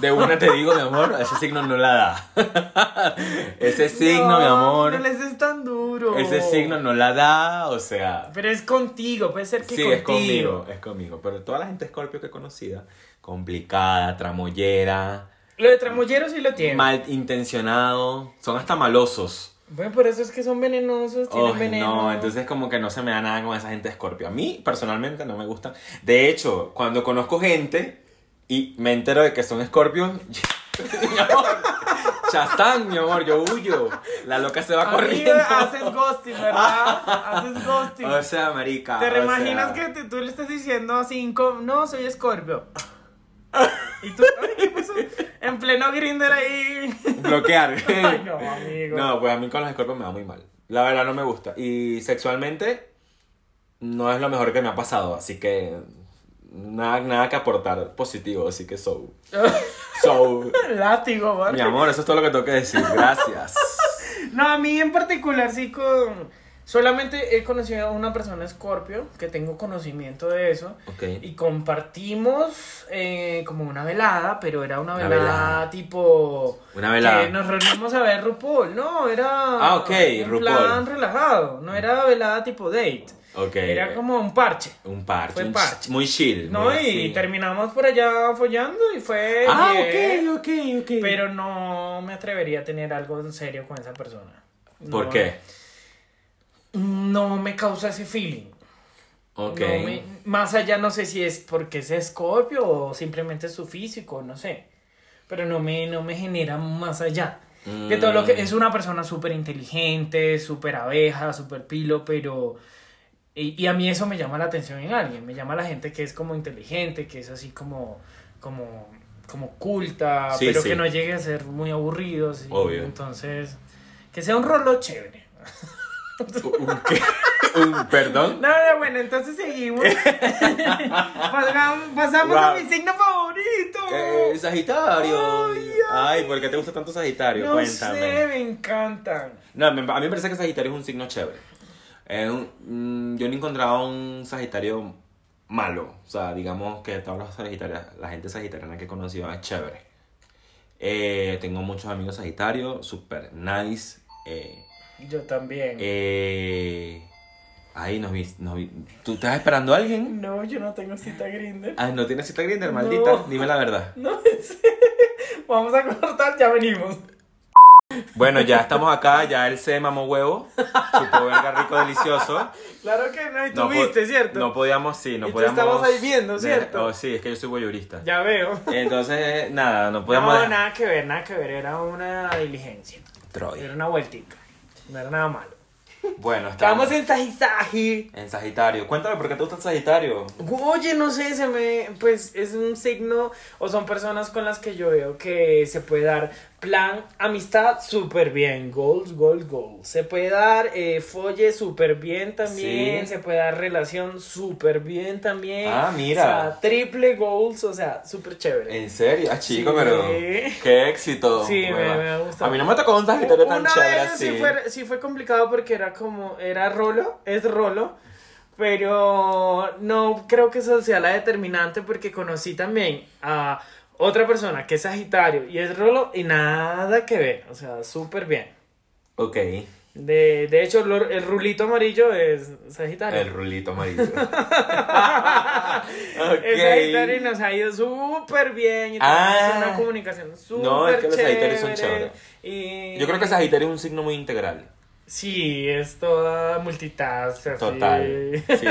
Speaker 2: De una te digo, mi amor, ese signo no la da. Ese este signo, mi
Speaker 1: No,
Speaker 2: amor,
Speaker 1: No les es tan duro.
Speaker 2: ese signo no la da, o sea.
Speaker 1: Pero es contigo, puede ser que
Speaker 2: Sí,
Speaker 1: contigo.
Speaker 2: es conmigo, es conmigo. Pero toda la gente escorpio que he conocida, complicada, tramoyera,
Speaker 1: Lo de tramollero sí lo tiene.
Speaker 2: malintencionado, son hasta malosos.
Speaker 1: Bueno, por eso es que son venenosos, tienen
Speaker 2: Ay,
Speaker 1: veneno.
Speaker 2: No, entonces como que no se me da nada con esa gente de Scorpio. A mí personalmente no me gusta. De hecho, cuando conozco gente y me entero de que son Scorpios, <laughs> mi amor, chastán, mi amor, yo huyo. La loca se va
Speaker 1: Amiga,
Speaker 2: corriendo.
Speaker 1: haces ghosting,
Speaker 2: <laughs>
Speaker 1: ¿verdad? haces ghosting.
Speaker 2: O sea, marica.
Speaker 1: ¿Te
Speaker 2: o
Speaker 1: reimaginas
Speaker 2: sea,
Speaker 1: que te- tú le estás diciendo a cinco, no, soy
Speaker 2: <laughs>
Speaker 1: escorpio? y tú, ay, ¿qué pasó? En pleno grinder ahí.
Speaker 2: bloquear?
Speaker 1: <laughs> Ay, no, amigo.
Speaker 2: No, pues a mí con los Scorpios me va muy mal. La verdad no me gusta. Y sexualmente no es lo mejor que me ha pasado, así que nada nada que aportar positivo, así que so so
Speaker 1: <laughs> Látigo, ¿verdad?
Speaker 2: Mi amor, eso es todo lo que tengo que decir. Gracias.
Speaker 1: No, a mí en particular sí con... Solamente he conocido a una persona escorpio que tengo conocimiento de eso.
Speaker 2: <laughs> Ok.
Speaker 1: Y compartimos eh, como una velada, pero era una
Speaker 2: Una
Speaker 1: velada,
Speaker 2: velada.
Speaker 1: tipo...
Speaker 2: Una velada.
Speaker 1: Que nos reunimos a ver RuPaul, no, era...
Speaker 2: Ah, ok,
Speaker 1: un
Speaker 2: RuPaul.
Speaker 1: plan relajado, no era velada tipo date.
Speaker 2: Ok.
Speaker 1: Era como un parche.
Speaker 2: Un parche.
Speaker 1: Fue
Speaker 2: un
Speaker 1: parche.
Speaker 2: ch- Muy chill.
Speaker 1: No,
Speaker 2: muy
Speaker 1: y
Speaker 2: así.
Speaker 1: terminamos por allá follando y fue...
Speaker 2: Ah,
Speaker 1: bien,
Speaker 2: ok, ok, ok.
Speaker 1: Pero no me atrevería a tener algo en serio con esa persona.
Speaker 2: ¿Por
Speaker 1: No.
Speaker 2: qué?
Speaker 1: no me causa ese feeling.
Speaker 2: Ok.
Speaker 1: No me- más allá no sé si es porque es escorpio o simplemente es su físico, no sé. Pero no me, no me genera más allá.
Speaker 2: Mm.
Speaker 1: De todo lo que es una persona súper inteligente, súper abeja, súper pilo, pero... Y, y a mí eso me llama la atención en alguien, me llama la gente que es como inteligente, que es así como, como como culta,
Speaker 2: Sí,
Speaker 1: pero
Speaker 2: sí.
Speaker 1: que no llegue a ser muy aburrido. sí.
Speaker 2: Obvio.
Speaker 1: Entonces, que sea un rolo chévere.
Speaker 2: <laughs> ¿Un qué? ¿Un perdón?
Speaker 1: <laughs> No, no, bueno, entonces
Speaker 2: <laughs>
Speaker 1: seguimos. Pasam- pasamos a
Speaker 2: Wow.
Speaker 1: mi signo favorito.
Speaker 2: Eh, sagitario.
Speaker 1: Ay,
Speaker 2: Ay,
Speaker 1: ay.
Speaker 2: ¿por qué te gusta tanto Sagitario?
Speaker 1: no
Speaker 2: Cuéntame.
Speaker 1: sé, me encantan.
Speaker 2: No, me- a mí me parece que Sagitario es un signo chévere. Es un- mm, yo no encontraba un Sagitario malo. O sea, digamos que todos los Sagitarios, la gente sagitariana que he conocido es chévere. Eh, tengo muchos amigos Sagitario, super nice. Eh,
Speaker 1: Yo también.
Speaker 2: eh, ay, nos vi, nos vi- ¿Tú estás esperando a alguien?
Speaker 1: No, yo no tengo cita grinder.
Speaker 2: Ay, no tienes cita grinder,
Speaker 1: No.
Speaker 2: maldita. Dime la verdad.
Speaker 1: No <laughs> sé. Vamos a cortar, ya venimos.
Speaker 2: Bueno, ya estamos acá, ya él se mamó huevo. Chupó verga rico, delicioso.
Speaker 1: Claro que no, y tú
Speaker 2: No po-
Speaker 1: viste, ¿cierto?
Speaker 2: No podíamos, sí, no
Speaker 1: Y tú
Speaker 2: podíamos.
Speaker 1: estabas ahí viendo,
Speaker 2: de-
Speaker 1: ¿cierto?
Speaker 2: oh, sí, es que yo soy voyeurista.
Speaker 1: Ya veo.
Speaker 2: Entonces, eh, nada, no podíamos.
Speaker 1: No,
Speaker 2: dejar-
Speaker 1: nada que ver, nada que ver. Era una diligencia. Era
Speaker 2: Troy.
Speaker 1: una vueltica. No era nada malo.
Speaker 2: Bueno, estamos
Speaker 1: Estamos en Sagisaji.
Speaker 2: en Sagitario. Cuéntame, ¿por qué te gusta el Sagitario?
Speaker 1: Oye, no sé, se me. Pues es un signo. O son personas con las que yo veo que se puede dar plan amistad súper bien. Goals, goal, goal. Se puede dar eh, folle súper bien también.
Speaker 2: Sí.
Speaker 1: Se puede dar relación súper bien también.
Speaker 2: Ah, mira.
Speaker 1: O sea, triple goals. O sea, súper chévere.
Speaker 2: En serio, ah, chico,
Speaker 1: Sí.
Speaker 2: pero. Qué éxito.
Speaker 1: Sí, me-
Speaker 2: hueva.
Speaker 1: me ha gustado.
Speaker 2: A mí no me tocó un Sagitario tan
Speaker 1: Una
Speaker 2: chévere
Speaker 1: vez sí
Speaker 2: así.
Speaker 1: fue, sí fue complicado porque era como, era rolo, es rolo, pero no creo que eso sea la determinante porque conocí también a otra persona que es Sagitario y es rolo y nada que ver, o sea, súper bien.
Speaker 2: Ok,
Speaker 1: De, de hecho, lo- el rulito amarillo es Sagitario.
Speaker 2: el
Speaker 1: <laughs>
Speaker 2: rulito amarillo. ok.
Speaker 1: Es Sagitario y nos ha ido súper bien. Y
Speaker 2: Ah.
Speaker 1: tenemos una comunicación súper
Speaker 2: No, es que los Sagitarios son
Speaker 1: chévere,
Speaker 2: chéveres.
Speaker 1: y-
Speaker 2: Yo creo que Sagitario es un signo muy integral.
Speaker 1: Sí, es toda multitask. así.
Speaker 2: Total. Sí.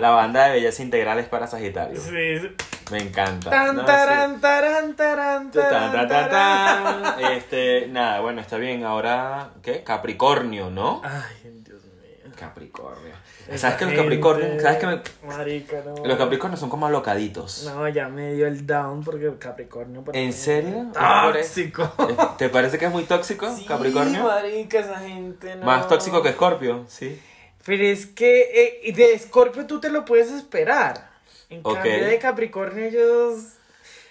Speaker 2: La banda de belleza integral es para Sagitario.
Speaker 1: Sí. sí.
Speaker 2: Me encanta. No,
Speaker 1: Tan,
Speaker 2: sí.
Speaker 1: taran, taran, taran,
Speaker 2: Tan, tan,
Speaker 1: taran,
Speaker 2: tan,
Speaker 1: taran.
Speaker 2: tan. Este, nada, bueno, está bien. Ahora, ¿qué? Capricornio, ¿no?
Speaker 1: Ay, Dios mío.
Speaker 2: Capricornio.
Speaker 1: Esa
Speaker 2: ¿Sabes que los
Speaker 1: gente,
Speaker 2: Capricornios, sabes que me-
Speaker 1: Marica, no.
Speaker 2: los Capricornios son como alocaditos?
Speaker 1: No, ya me dio el down porque Capricornio. para
Speaker 2: ¿En
Speaker 1: mí es
Speaker 2: serio?
Speaker 1: Tóxico.
Speaker 2: ¿Te parece que es muy tóxico,
Speaker 1: Sí,
Speaker 2: Capricornio?
Speaker 1: marica, esa gente no.
Speaker 2: Más tóxico que Escorpio, sí.
Speaker 1: Pero es que eh, de Escorpio tú te lo puedes esperar. En
Speaker 2: Ok.
Speaker 1: cambio de Capricornio ellos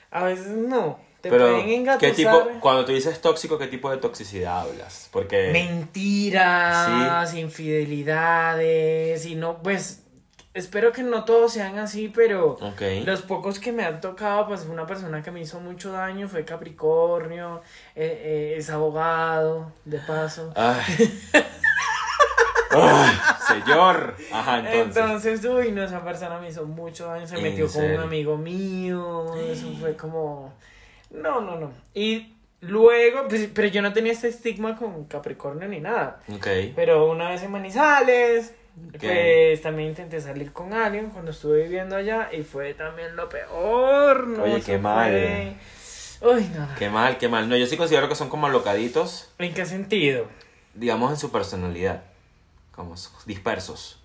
Speaker 1: a veces no. Te
Speaker 2: Pero,
Speaker 1: pueden engatusar.
Speaker 2: ¿qué tipo, cuando tú dices tóxico, qué tipo de toxicidad hablas? Porque...
Speaker 1: Mentiras, infidelidades y no, pues espero que no todos sean así, pero
Speaker 2: Ok.
Speaker 1: los pocos que me han tocado, pues una persona que me hizo mucho daño fue Capricornio, eh, eh, es abogado, de paso. <laughs>
Speaker 2: Ay. Ay, señor. Ajá, entonces.
Speaker 1: Entonces, uy, no, esa persona me hizo mucho daño, se
Speaker 2: ¿En
Speaker 1: metió con un
Speaker 2: serio?
Speaker 1: amigo mío, eso
Speaker 2: <gasps>
Speaker 1: fue como, no, no, no. Y luego, pues, pero yo no tenía este estigma con Capricornio ni nada.
Speaker 2: Ok.
Speaker 1: Pero una vez en Manizales,
Speaker 2: Ok.
Speaker 1: pues también intenté salir con alguien cuando estuve viviendo allá y fue también lo peor. ¿no?
Speaker 2: Oye,
Speaker 1: Eso
Speaker 2: qué mal.
Speaker 1: fue- Uy, no, no.
Speaker 2: Qué mal, qué mal. No, yo sí considero que son como locaditos,
Speaker 1: ¿En qué sentido?
Speaker 2: digamos en su personalidad. Como s- dispersos.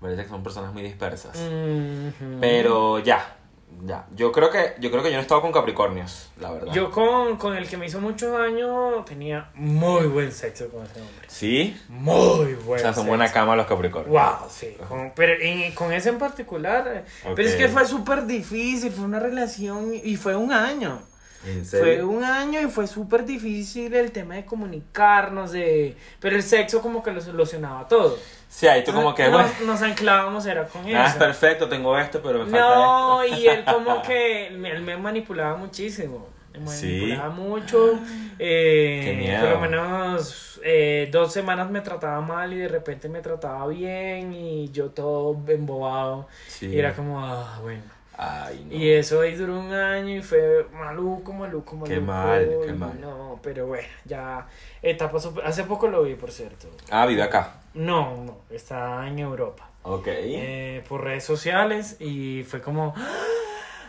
Speaker 2: Me Parece que son personas muy dispersas.
Speaker 1: Mhm.
Speaker 2: Pero ya, ya. Yo creo que yo creo que yo no he estado con Capricornios, la verdad.
Speaker 1: Yo con, con el que me hizo mucho daño tenía muy buen sexo con ese hombre.
Speaker 2: Sí.
Speaker 1: Muy buen
Speaker 2: O sea, son
Speaker 1: sexo.
Speaker 2: buena cama los Capricornios.
Speaker 1: Wow, sí. Con, pero en- con ese en particular. eh,
Speaker 2: Ok.
Speaker 1: Pero es que fue súper difícil, fue una relación y fue un año.
Speaker 2: ¿En
Speaker 1: Fue
Speaker 2: serio?
Speaker 1: un año y fue súper difícil el tema de comunicarnos, de... pero el sexo como que lo solucionaba todo.
Speaker 2: Sí, ahí tú como que,
Speaker 1: nos,
Speaker 2: bueno,
Speaker 1: nos anclábamos era con
Speaker 2: nada es
Speaker 1: eso.
Speaker 2: perfecto, tengo esto, pero me falta esto.
Speaker 1: No, y él como que me- él me manipulaba muchísimo. Me
Speaker 2: Sí. Ah,
Speaker 1: manipulaba mucho. eh,
Speaker 2: Qué miedo.
Speaker 1: Por lo menos eh, dos semanas me trataba mal y de repente me trataba bien y yo todo embobado.
Speaker 2: Sí.
Speaker 1: Y era como, ah, bueno.
Speaker 2: Ay, no.
Speaker 1: Y eso ahí duró un año y fue maluco, maluco, maluco.
Speaker 2: Qué mal, qué
Speaker 1: y
Speaker 2: mal.
Speaker 1: No, pero bueno, ya etapa super- Hace poco lo vi, por cierto.
Speaker 2: Ah, vive acá.
Speaker 1: No, no, está en Europa.
Speaker 2: Ok.
Speaker 1: Eh, por redes sociales y fue como...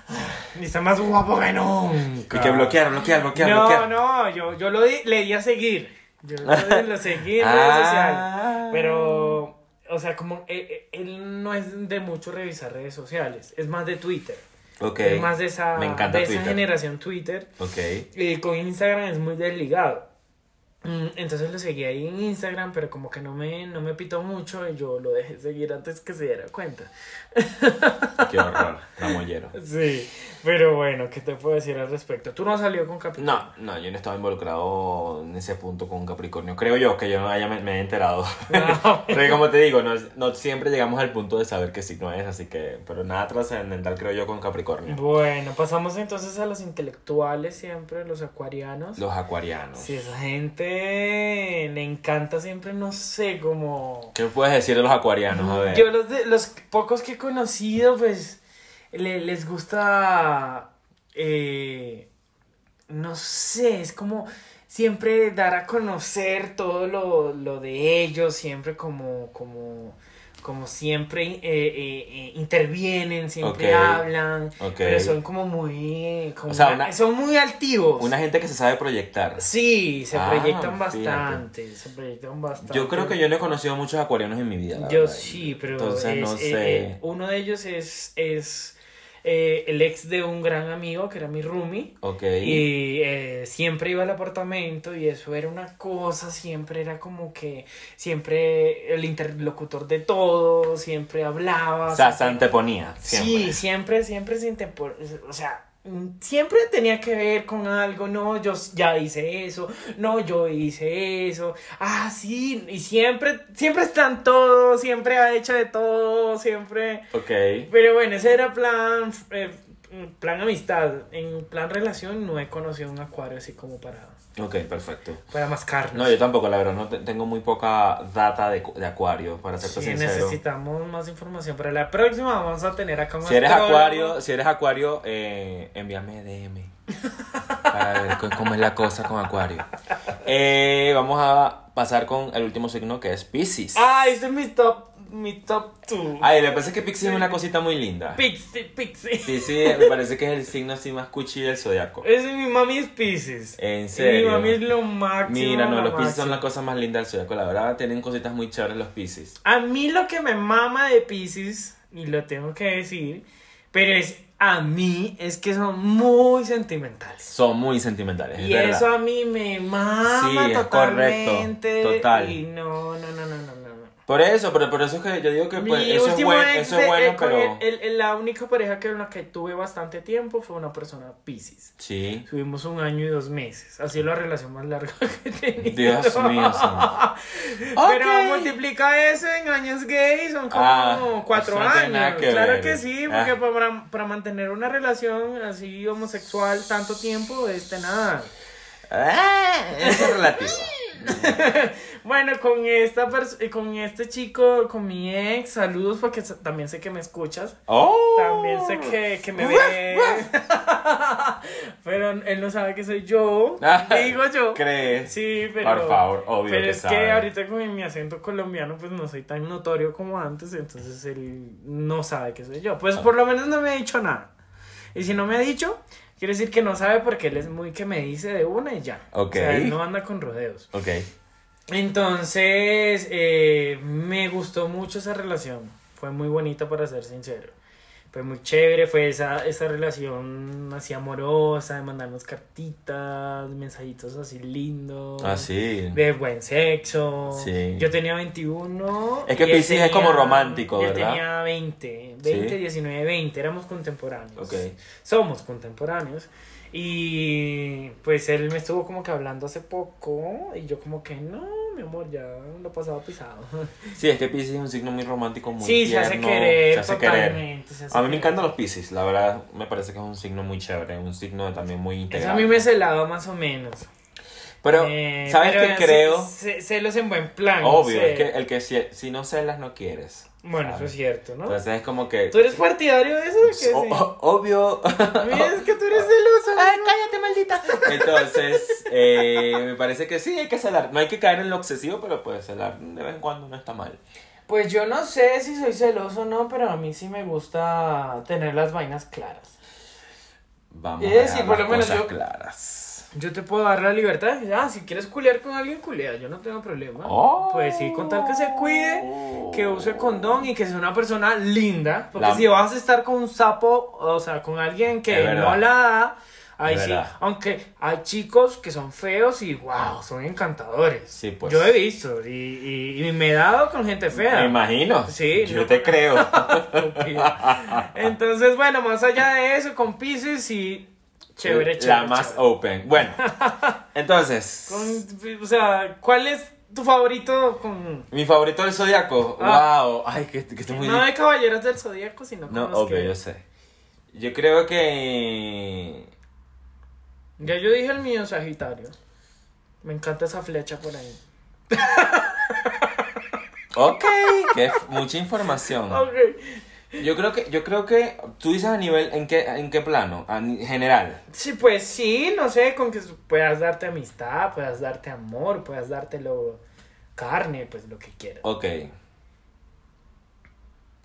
Speaker 1: "Ah, Está más guapo que nunca.
Speaker 2: Y que bloquear, bloquear, bloquear,
Speaker 1: No,
Speaker 2: bloquear.
Speaker 1: no, yo, yo lo di- le di a seguir. Yo lo, di- lo seguí en redes sociales.
Speaker 2: Ah.
Speaker 1: Pero, o sea, como eh, eh, él no es de mucho revisar redes sociales, es más de Twitter.
Speaker 2: Ok.
Speaker 1: Es más de esa,
Speaker 2: Me encanta
Speaker 1: de esa
Speaker 2: Twitter.
Speaker 1: generación Twitter.
Speaker 2: Ok.
Speaker 1: Y con Instagram es muy desligado. Mm, Entonces lo seguí ahí en Instagram, pero como que no me, no me pitó mucho y yo lo dejé seguir antes que se diera cuenta.
Speaker 2: Qué horror. Ramollero.
Speaker 1: Sí, pero bueno, ¿qué te puedo decir al respecto? Tú no has salido con Capricornio.
Speaker 2: No, no, yo no estaba involucrado en ese punto con Capricornio. Creo yo que yo no haya, me, me he enterado. <laughs>
Speaker 1: <laughs> No.
Speaker 2: Pero como te digo, no, es- no siempre llegamos al punto de saber qué signo es, así que... Pero nada trascendental creo yo con Capricornio.
Speaker 1: Bueno, pasamos entonces a los intelectuales siempre, los acuarianos.
Speaker 2: Los acuarianos.
Speaker 1: Si esa gente le encanta siempre, no sé, como...
Speaker 2: ¿Qué puedes decir de los acuarianos? A ver.
Speaker 1: Yo los, de- los pocos que he conocido, pues, le- les gusta, eh, no sé, es como siempre dar a conocer todo lo, lo de ellos, siempre como, como, como siempre eh, eh, eh, intervienen, siempre
Speaker 2: Ok.
Speaker 1: hablan,
Speaker 2: Ok.
Speaker 1: pero son como muy, eh, como
Speaker 2: O sea,
Speaker 1: una-
Speaker 2: una-
Speaker 1: son muy altivos.
Speaker 2: Una gente que se sabe proyectar.
Speaker 1: Sí, se
Speaker 2: Ah,
Speaker 1: proyectan
Speaker 2: fíjate.
Speaker 1: bastante, se proyectan bastante.
Speaker 2: Yo creo que yo no he conocido muchos acuarianos en mi vida. la
Speaker 1: Yo
Speaker 2: verdad.
Speaker 1: sí, pero
Speaker 2: Entonces
Speaker 1: es-
Speaker 2: no
Speaker 1: eh,
Speaker 2: sé.
Speaker 1: eh, uno de ellos es, es eh, el ex de un gran amigo que era mi roomie.
Speaker 2: Ok.
Speaker 1: Y eh, siempre iba al apartamento y eso era una cosa, siempre era como que siempre el interlocutor de todo, siempre hablaba.
Speaker 2: o sea, se
Speaker 1: siempre-
Speaker 2: anteponía.
Speaker 1: Sí,
Speaker 2: Siempre.
Speaker 1: siempre, siempre se interpo- O sea, mm, siempre tenía que ver con algo. No, yo s- ya hice eso. No, yo hice eso. Ah, sí. Y siempre, siempre están todos. Siempre ha hecho de todo. Siempre.
Speaker 2: Ok.
Speaker 1: Pero bueno, ese era plan. eh, plan amistad. En plan relación no he conocido un acuario así como para,
Speaker 2: Ok, perfecto.
Speaker 1: para mascarnos.
Speaker 2: No, yo tampoco, la verdad, no te- tengo muy poca data de, de acuario, para serte
Speaker 1: Sí,
Speaker 2: sincero.
Speaker 1: necesitamos más información. Para la próxima vamos a tener acá un
Speaker 2: Si eres
Speaker 1: astrólogo.
Speaker 2: acuario, si eres acuario, eh, envíame DM. Para ver cu- cómo es la cosa con acuario. Eh, vamos a pasar con el último signo que es Pisces.
Speaker 1: Ah, este es mi top, mi top 2.
Speaker 2: Ay, le parece que Pisces es una cosita muy linda.
Speaker 1: Pixie, Pixie.
Speaker 2: Pisces me parece que es el signo así más cuchi del zodiaco.
Speaker 1: Ese mi mami es Pisces.
Speaker 2: En
Speaker 1: Y Mi
Speaker 2: serio.
Speaker 1: Eh, mami es lo máximo.
Speaker 2: Mira, no,
Speaker 1: lo
Speaker 2: los Pisces son
Speaker 1: máximo.
Speaker 2: la cosa más linda del zodiaco. La verdad, tienen cositas muy chéveres los Pisces.
Speaker 1: A mí lo que me mama de Pisces, y lo tengo que decir, pero es a mí, es que son muy sentimentales.
Speaker 2: Son muy sentimentales. es
Speaker 1: Y
Speaker 2: verdad.
Speaker 1: eso a mí me mama
Speaker 2: Sí, es correcto,
Speaker 1: totalmente.
Speaker 2: total.
Speaker 1: Y no, no, no, no, no, no. no.
Speaker 2: Por eso, pero por eso es que yo digo que pues,
Speaker 1: Mi
Speaker 2: eso, es
Speaker 1: último
Speaker 2: buen-
Speaker 1: ex
Speaker 2: eso es
Speaker 1: de-
Speaker 2: bueno,
Speaker 1: eh, con
Speaker 2: pero...
Speaker 1: el- el- el- la única pareja que, con la que tuve bastante tiempo fue una persona Pisces.
Speaker 2: Sí.
Speaker 1: Tuvimos un año y dos meses. Así es la relación más larga que he tenido.
Speaker 2: Dios
Speaker 1: <laughs>
Speaker 2: mío, santo.
Speaker 1: Pero
Speaker 2: Ok.
Speaker 1: multiplica eso en años gay, son como
Speaker 2: Ah,
Speaker 1: cuatro
Speaker 2: eso no tiene
Speaker 1: años.
Speaker 2: nada que
Speaker 1: claro
Speaker 2: ver.
Speaker 1: que sí,
Speaker 2: Ah.
Speaker 1: porque para, para mantener una relación así homosexual tanto tiempo, este nada.
Speaker 2: Ah, <laughs> eso es relativo.
Speaker 1: Bueno, con esta pers- eh, con este chico, con mi ex, saludos porque sa- también sé que me escuchas.
Speaker 2: Oh.
Speaker 1: También sé que, que me
Speaker 2: Ruaf,
Speaker 1: ve. <laughs> Pero él no sabe que soy yo.
Speaker 2: Ah,
Speaker 1: Digo yo.
Speaker 2: ¿Crees?
Speaker 1: Sí, pero.
Speaker 2: Por favor, obvio
Speaker 1: Pero
Speaker 2: que
Speaker 1: es
Speaker 2: sabe.
Speaker 1: que ahorita con mi acento colombiano, pues no soy tan notorio como antes, entonces él no sabe que soy yo.
Speaker 2: Ah.
Speaker 1: Pues por lo menos no me ha dicho nada. Y si no me ha dicho, quiere decir que no sabe porque él es muy que me dice de una y ya.
Speaker 2: Ok.
Speaker 1: O sea, él no anda con rodeos.
Speaker 2: Ok.
Speaker 1: Entonces, eh, me gustó mucho esa relación. Fue muy bonita, para ser sincero. Fue muy chévere, fue esa, esa relación así amorosa, de mandarnos cartitas, mensajitos así lindos.
Speaker 2: Ah, sí.
Speaker 1: De buen sexo.
Speaker 2: Sí.
Speaker 1: Yo tenía 21.
Speaker 2: Es que
Speaker 1: y él
Speaker 2: Piscis es
Speaker 1: tenía-
Speaker 2: como romántico,
Speaker 1: él
Speaker 2: ¿verdad?
Speaker 1: tenía 20, 20,
Speaker 2: Sí.
Speaker 1: 19, 20. Éramos contemporáneos.
Speaker 2: Ok.
Speaker 1: Somos contemporáneos. Y pues él me estuvo como que hablando hace poco. Y yo, como que no, mi amor, ya lo pasado pisado.
Speaker 2: Sí, es que Pisces es un signo muy romántico, muy
Speaker 1: sí, se hace
Speaker 2: tierno,
Speaker 1: querer.
Speaker 2: se hace querer.
Speaker 1: totalmente, se hace
Speaker 2: A mí me
Speaker 1: querer.
Speaker 2: encantan los Pisces, la verdad, me parece que es un signo muy chévere, un signo también muy
Speaker 1: Eso
Speaker 2: integral.
Speaker 1: a mí me celaba más o menos.
Speaker 2: Pero,
Speaker 1: Eh,
Speaker 2: ¿sabes
Speaker 1: pero
Speaker 2: qué creo?
Speaker 1: ce- celos en buen plan.
Speaker 2: Obvio,
Speaker 1: sé.
Speaker 2: es que el que si, si no celas, no quieres.
Speaker 1: Bueno,
Speaker 2: ¿sabes?
Speaker 1: eso es cierto, ¿no?
Speaker 2: Entonces es como que...
Speaker 1: ¿Tú eres partidario de eso? o qué?
Speaker 2: Pues, O-
Speaker 1: Sí.
Speaker 2: o- obvio.
Speaker 1: Mira, es que tú eres celoso.
Speaker 2: Ay, cállate, maldita. Entonces, eh, me parece que sí, hay que celar. No hay que caer en lo excesivo, pero pues celar de vez en cuando no está mal.
Speaker 1: Pues yo no sé si soy celoso o no, pero a mí sí me gusta tener las vainas claras.
Speaker 2: Vamos
Speaker 1: Es
Speaker 2: a
Speaker 1: decir,
Speaker 2: dejar
Speaker 1: Eh, por lo
Speaker 2: las
Speaker 1: menos
Speaker 2: cosas
Speaker 1: yo-
Speaker 2: claras.
Speaker 1: Yo te puedo dar la libertad. Ya, si quieres culear con alguien, culea. Yo no tengo problema.
Speaker 2: Oh.
Speaker 1: Pues sí, con tal que se cuide, que use condón y que sea una persona linda. Porque
Speaker 2: La-
Speaker 1: si vas a estar con un sapo, o sea, con alguien que
Speaker 2: Es verdad.
Speaker 1: no la da, ahí
Speaker 2: Es
Speaker 1: sí.
Speaker 2: verdad.
Speaker 1: Aunque hay chicos que son feos y wow, son encantadores.
Speaker 2: Sí, pues.
Speaker 1: Yo he visto y, y- y me he dado con gente fea.
Speaker 2: Me imagino.
Speaker 1: Sí,
Speaker 2: Yo
Speaker 1: no.
Speaker 2: te creo.
Speaker 1: Estúpido. Entonces, bueno, más allá de eso, con Pisces y <laughs> chévere, chévere.
Speaker 2: Eh, La más
Speaker 1: chévere.
Speaker 2: open.
Speaker 1: <laughs>
Speaker 2: Bueno, entonces.
Speaker 1: Con- o sea, ¿cuál es tu favorito con...
Speaker 2: Mi favorito del zodiaco.
Speaker 1: Ah.
Speaker 2: Wow. Ay, que, que estoy muy.
Speaker 1: No de Caballeros del Zodíaco, sino con
Speaker 2: No,
Speaker 1: los
Speaker 2: obvio,
Speaker 1: que...
Speaker 2: yo sé. Yo creo que.
Speaker 1: Ya yo dije el mío, Sagitario. Me encanta esa flecha por ahí.
Speaker 2: Ok, que es mucha información.
Speaker 1: Ok.
Speaker 2: Yo creo que, yo creo que, tú dices a nivel, ¿en qué, en qué plano? A ni- general.
Speaker 1: Sí, pues sí, no sé, con que puedas darte amistad, puedas darte amor, puedas dártelo carne, pues lo que quieras.
Speaker 2: Ok. Yo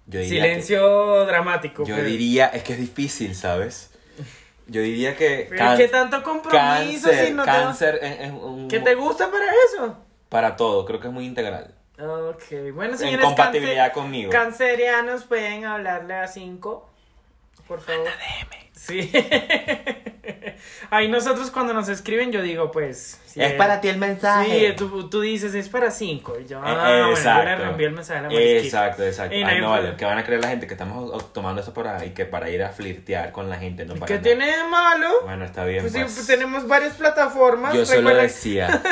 Speaker 2: diría que-
Speaker 1: Silencio dramático. pues.
Speaker 2: yo
Speaker 1: pero-
Speaker 2: diría, es que es difícil, ¿sabes? Yo diría que
Speaker 1: Pero
Speaker 2: can-
Speaker 1: ¿Qué tanto compromiso
Speaker 2: cáncer,
Speaker 1: si no te-
Speaker 2: cáncer es, es un-
Speaker 1: ¿Qué te gusta para eso?
Speaker 2: para todo, creo que es muy integral.
Speaker 1: Ok, bueno,
Speaker 2: En
Speaker 1: señores
Speaker 2: compatibilidad
Speaker 1: cance-
Speaker 2: conmigo.
Speaker 1: cancerianos pueden hablarle a 5, por favor. Sí. <laughs> Ahí nosotros cuando nos escriben yo digo, pues... si
Speaker 2: es para ti el mensaje.
Speaker 1: Sí, tú, tú dices, es para 5. Y yo,
Speaker 2: Eh,
Speaker 1: ah, bueno,
Speaker 2: exacto.
Speaker 1: yo le reenvié el mensaje a la marisquita.
Speaker 2: Exacto, exacto.
Speaker 1: Y
Speaker 2: Ay,
Speaker 1: nadie
Speaker 2: no,
Speaker 1: fue-
Speaker 2: vale, que van a creer la gente que estamos o- tomando eso para, y que para ir a flirtear con la gente, no para
Speaker 1: ¿Qué
Speaker 2: nada.
Speaker 1: tiene de malo?
Speaker 2: Bueno, está bien.
Speaker 1: Pues sí,
Speaker 2: pues.
Speaker 1: pues tenemos varias plataformas.
Speaker 2: Yo solo
Speaker 1: Recuerda- <laughs>
Speaker 2: decía.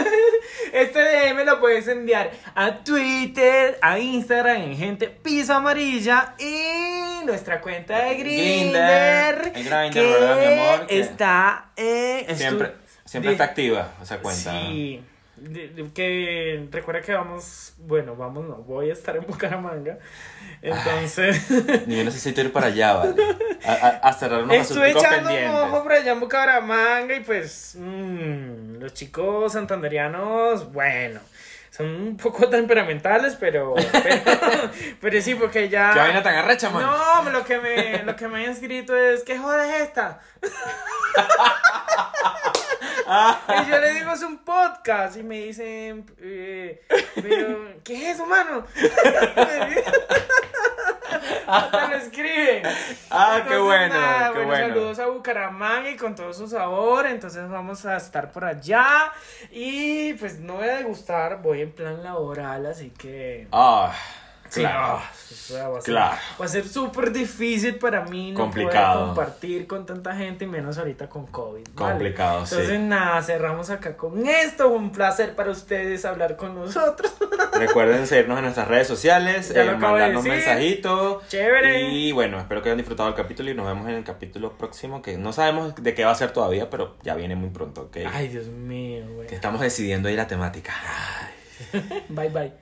Speaker 1: Este DM lo puedes enviar a Twitter, a Instagram, en gente piso amarilla y nuestra cuenta de
Speaker 2: Grindr.
Speaker 1: Grinder.
Speaker 2: El Grindr, ¿verdad, mi amor? Que
Speaker 1: Está en.
Speaker 2: Siempre,
Speaker 1: estu-
Speaker 2: siempre
Speaker 1: de-
Speaker 2: está activa esa cuenta.
Speaker 1: Sí. De- de- que recuerda que vamos, bueno, vamos, no, voy a estar en Bucaramanga. Entonces,
Speaker 2: Ni yo necesito ir para allá, ¿vale? A, a- a cerrar unos
Speaker 1: estuve
Speaker 2: asuntos
Speaker 1: echando
Speaker 2: pendientes.
Speaker 1: un ojo por allá en Bucaramanga y pues mm, los chicos santanderianos, bueno, son un poco <laughs> temperamentales, pero, pero, <laughs> pero sí, porque ya...
Speaker 2: Qué vaina tan arrecha, man.
Speaker 1: No, lo que me, lo que me han escrito es, ¿qué joda es esta?
Speaker 2: Ah.
Speaker 1: y yo le digo, es un podcast. Y me dicen, eh, pero, ¿qué es eso, mano? Hasta lo escriben.
Speaker 2: Ah, qué
Speaker 1: Entonces,
Speaker 2: bueno,
Speaker 1: nada,
Speaker 2: qué bueno.
Speaker 1: Saludos a Bucaramanga y con todo su sabor. Entonces vamos a estar por allá. Y pues no voy a degustar, voy en plan laboral, así que...
Speaker 2: Ah,
Speaker 1: Sí,
Speaker 2: claro.
Speaker 1: ah, o sea, va a ser-
Speaker 2: Claro.
Speaker 1: Va a ser súper difícil para mí no
Speaker 2: Complicado.
Speaker 1: poder compartir con tanta gente y menos ahorita con COVID. ¿vale?
Speaker 2: Complicado, sí.
Speaker 1: Entonces, nada, cerramos acá con esto. Fue un placer para ustedes hablar con
Speaker 2: <laughs>
Speaker 1: nosotros.
Speaker 2: Recuerden seguirnos en nuestras redes sociales,
Speaker 1: Ya lo
Speaker 2: eh,
Speaker 1: acabo de
Speaker 2: mandarnos
Speaker 1: decir.
Speaker 2: mensajitos.
Speaker 1: Chévere.
Speaker 2: Y bueno, espero que hayan disfrutado el capítulo y nos vemos en el capítulo próximo, que no sabemos de qué va a ser todavía, pero ya viene muy pronto, ¿ok?
Speaker 1: Ay, Dios mío, güey.
Speaker 2: Que estamos decidiendo ahí la temática.
Speaker 1: Bye, bye.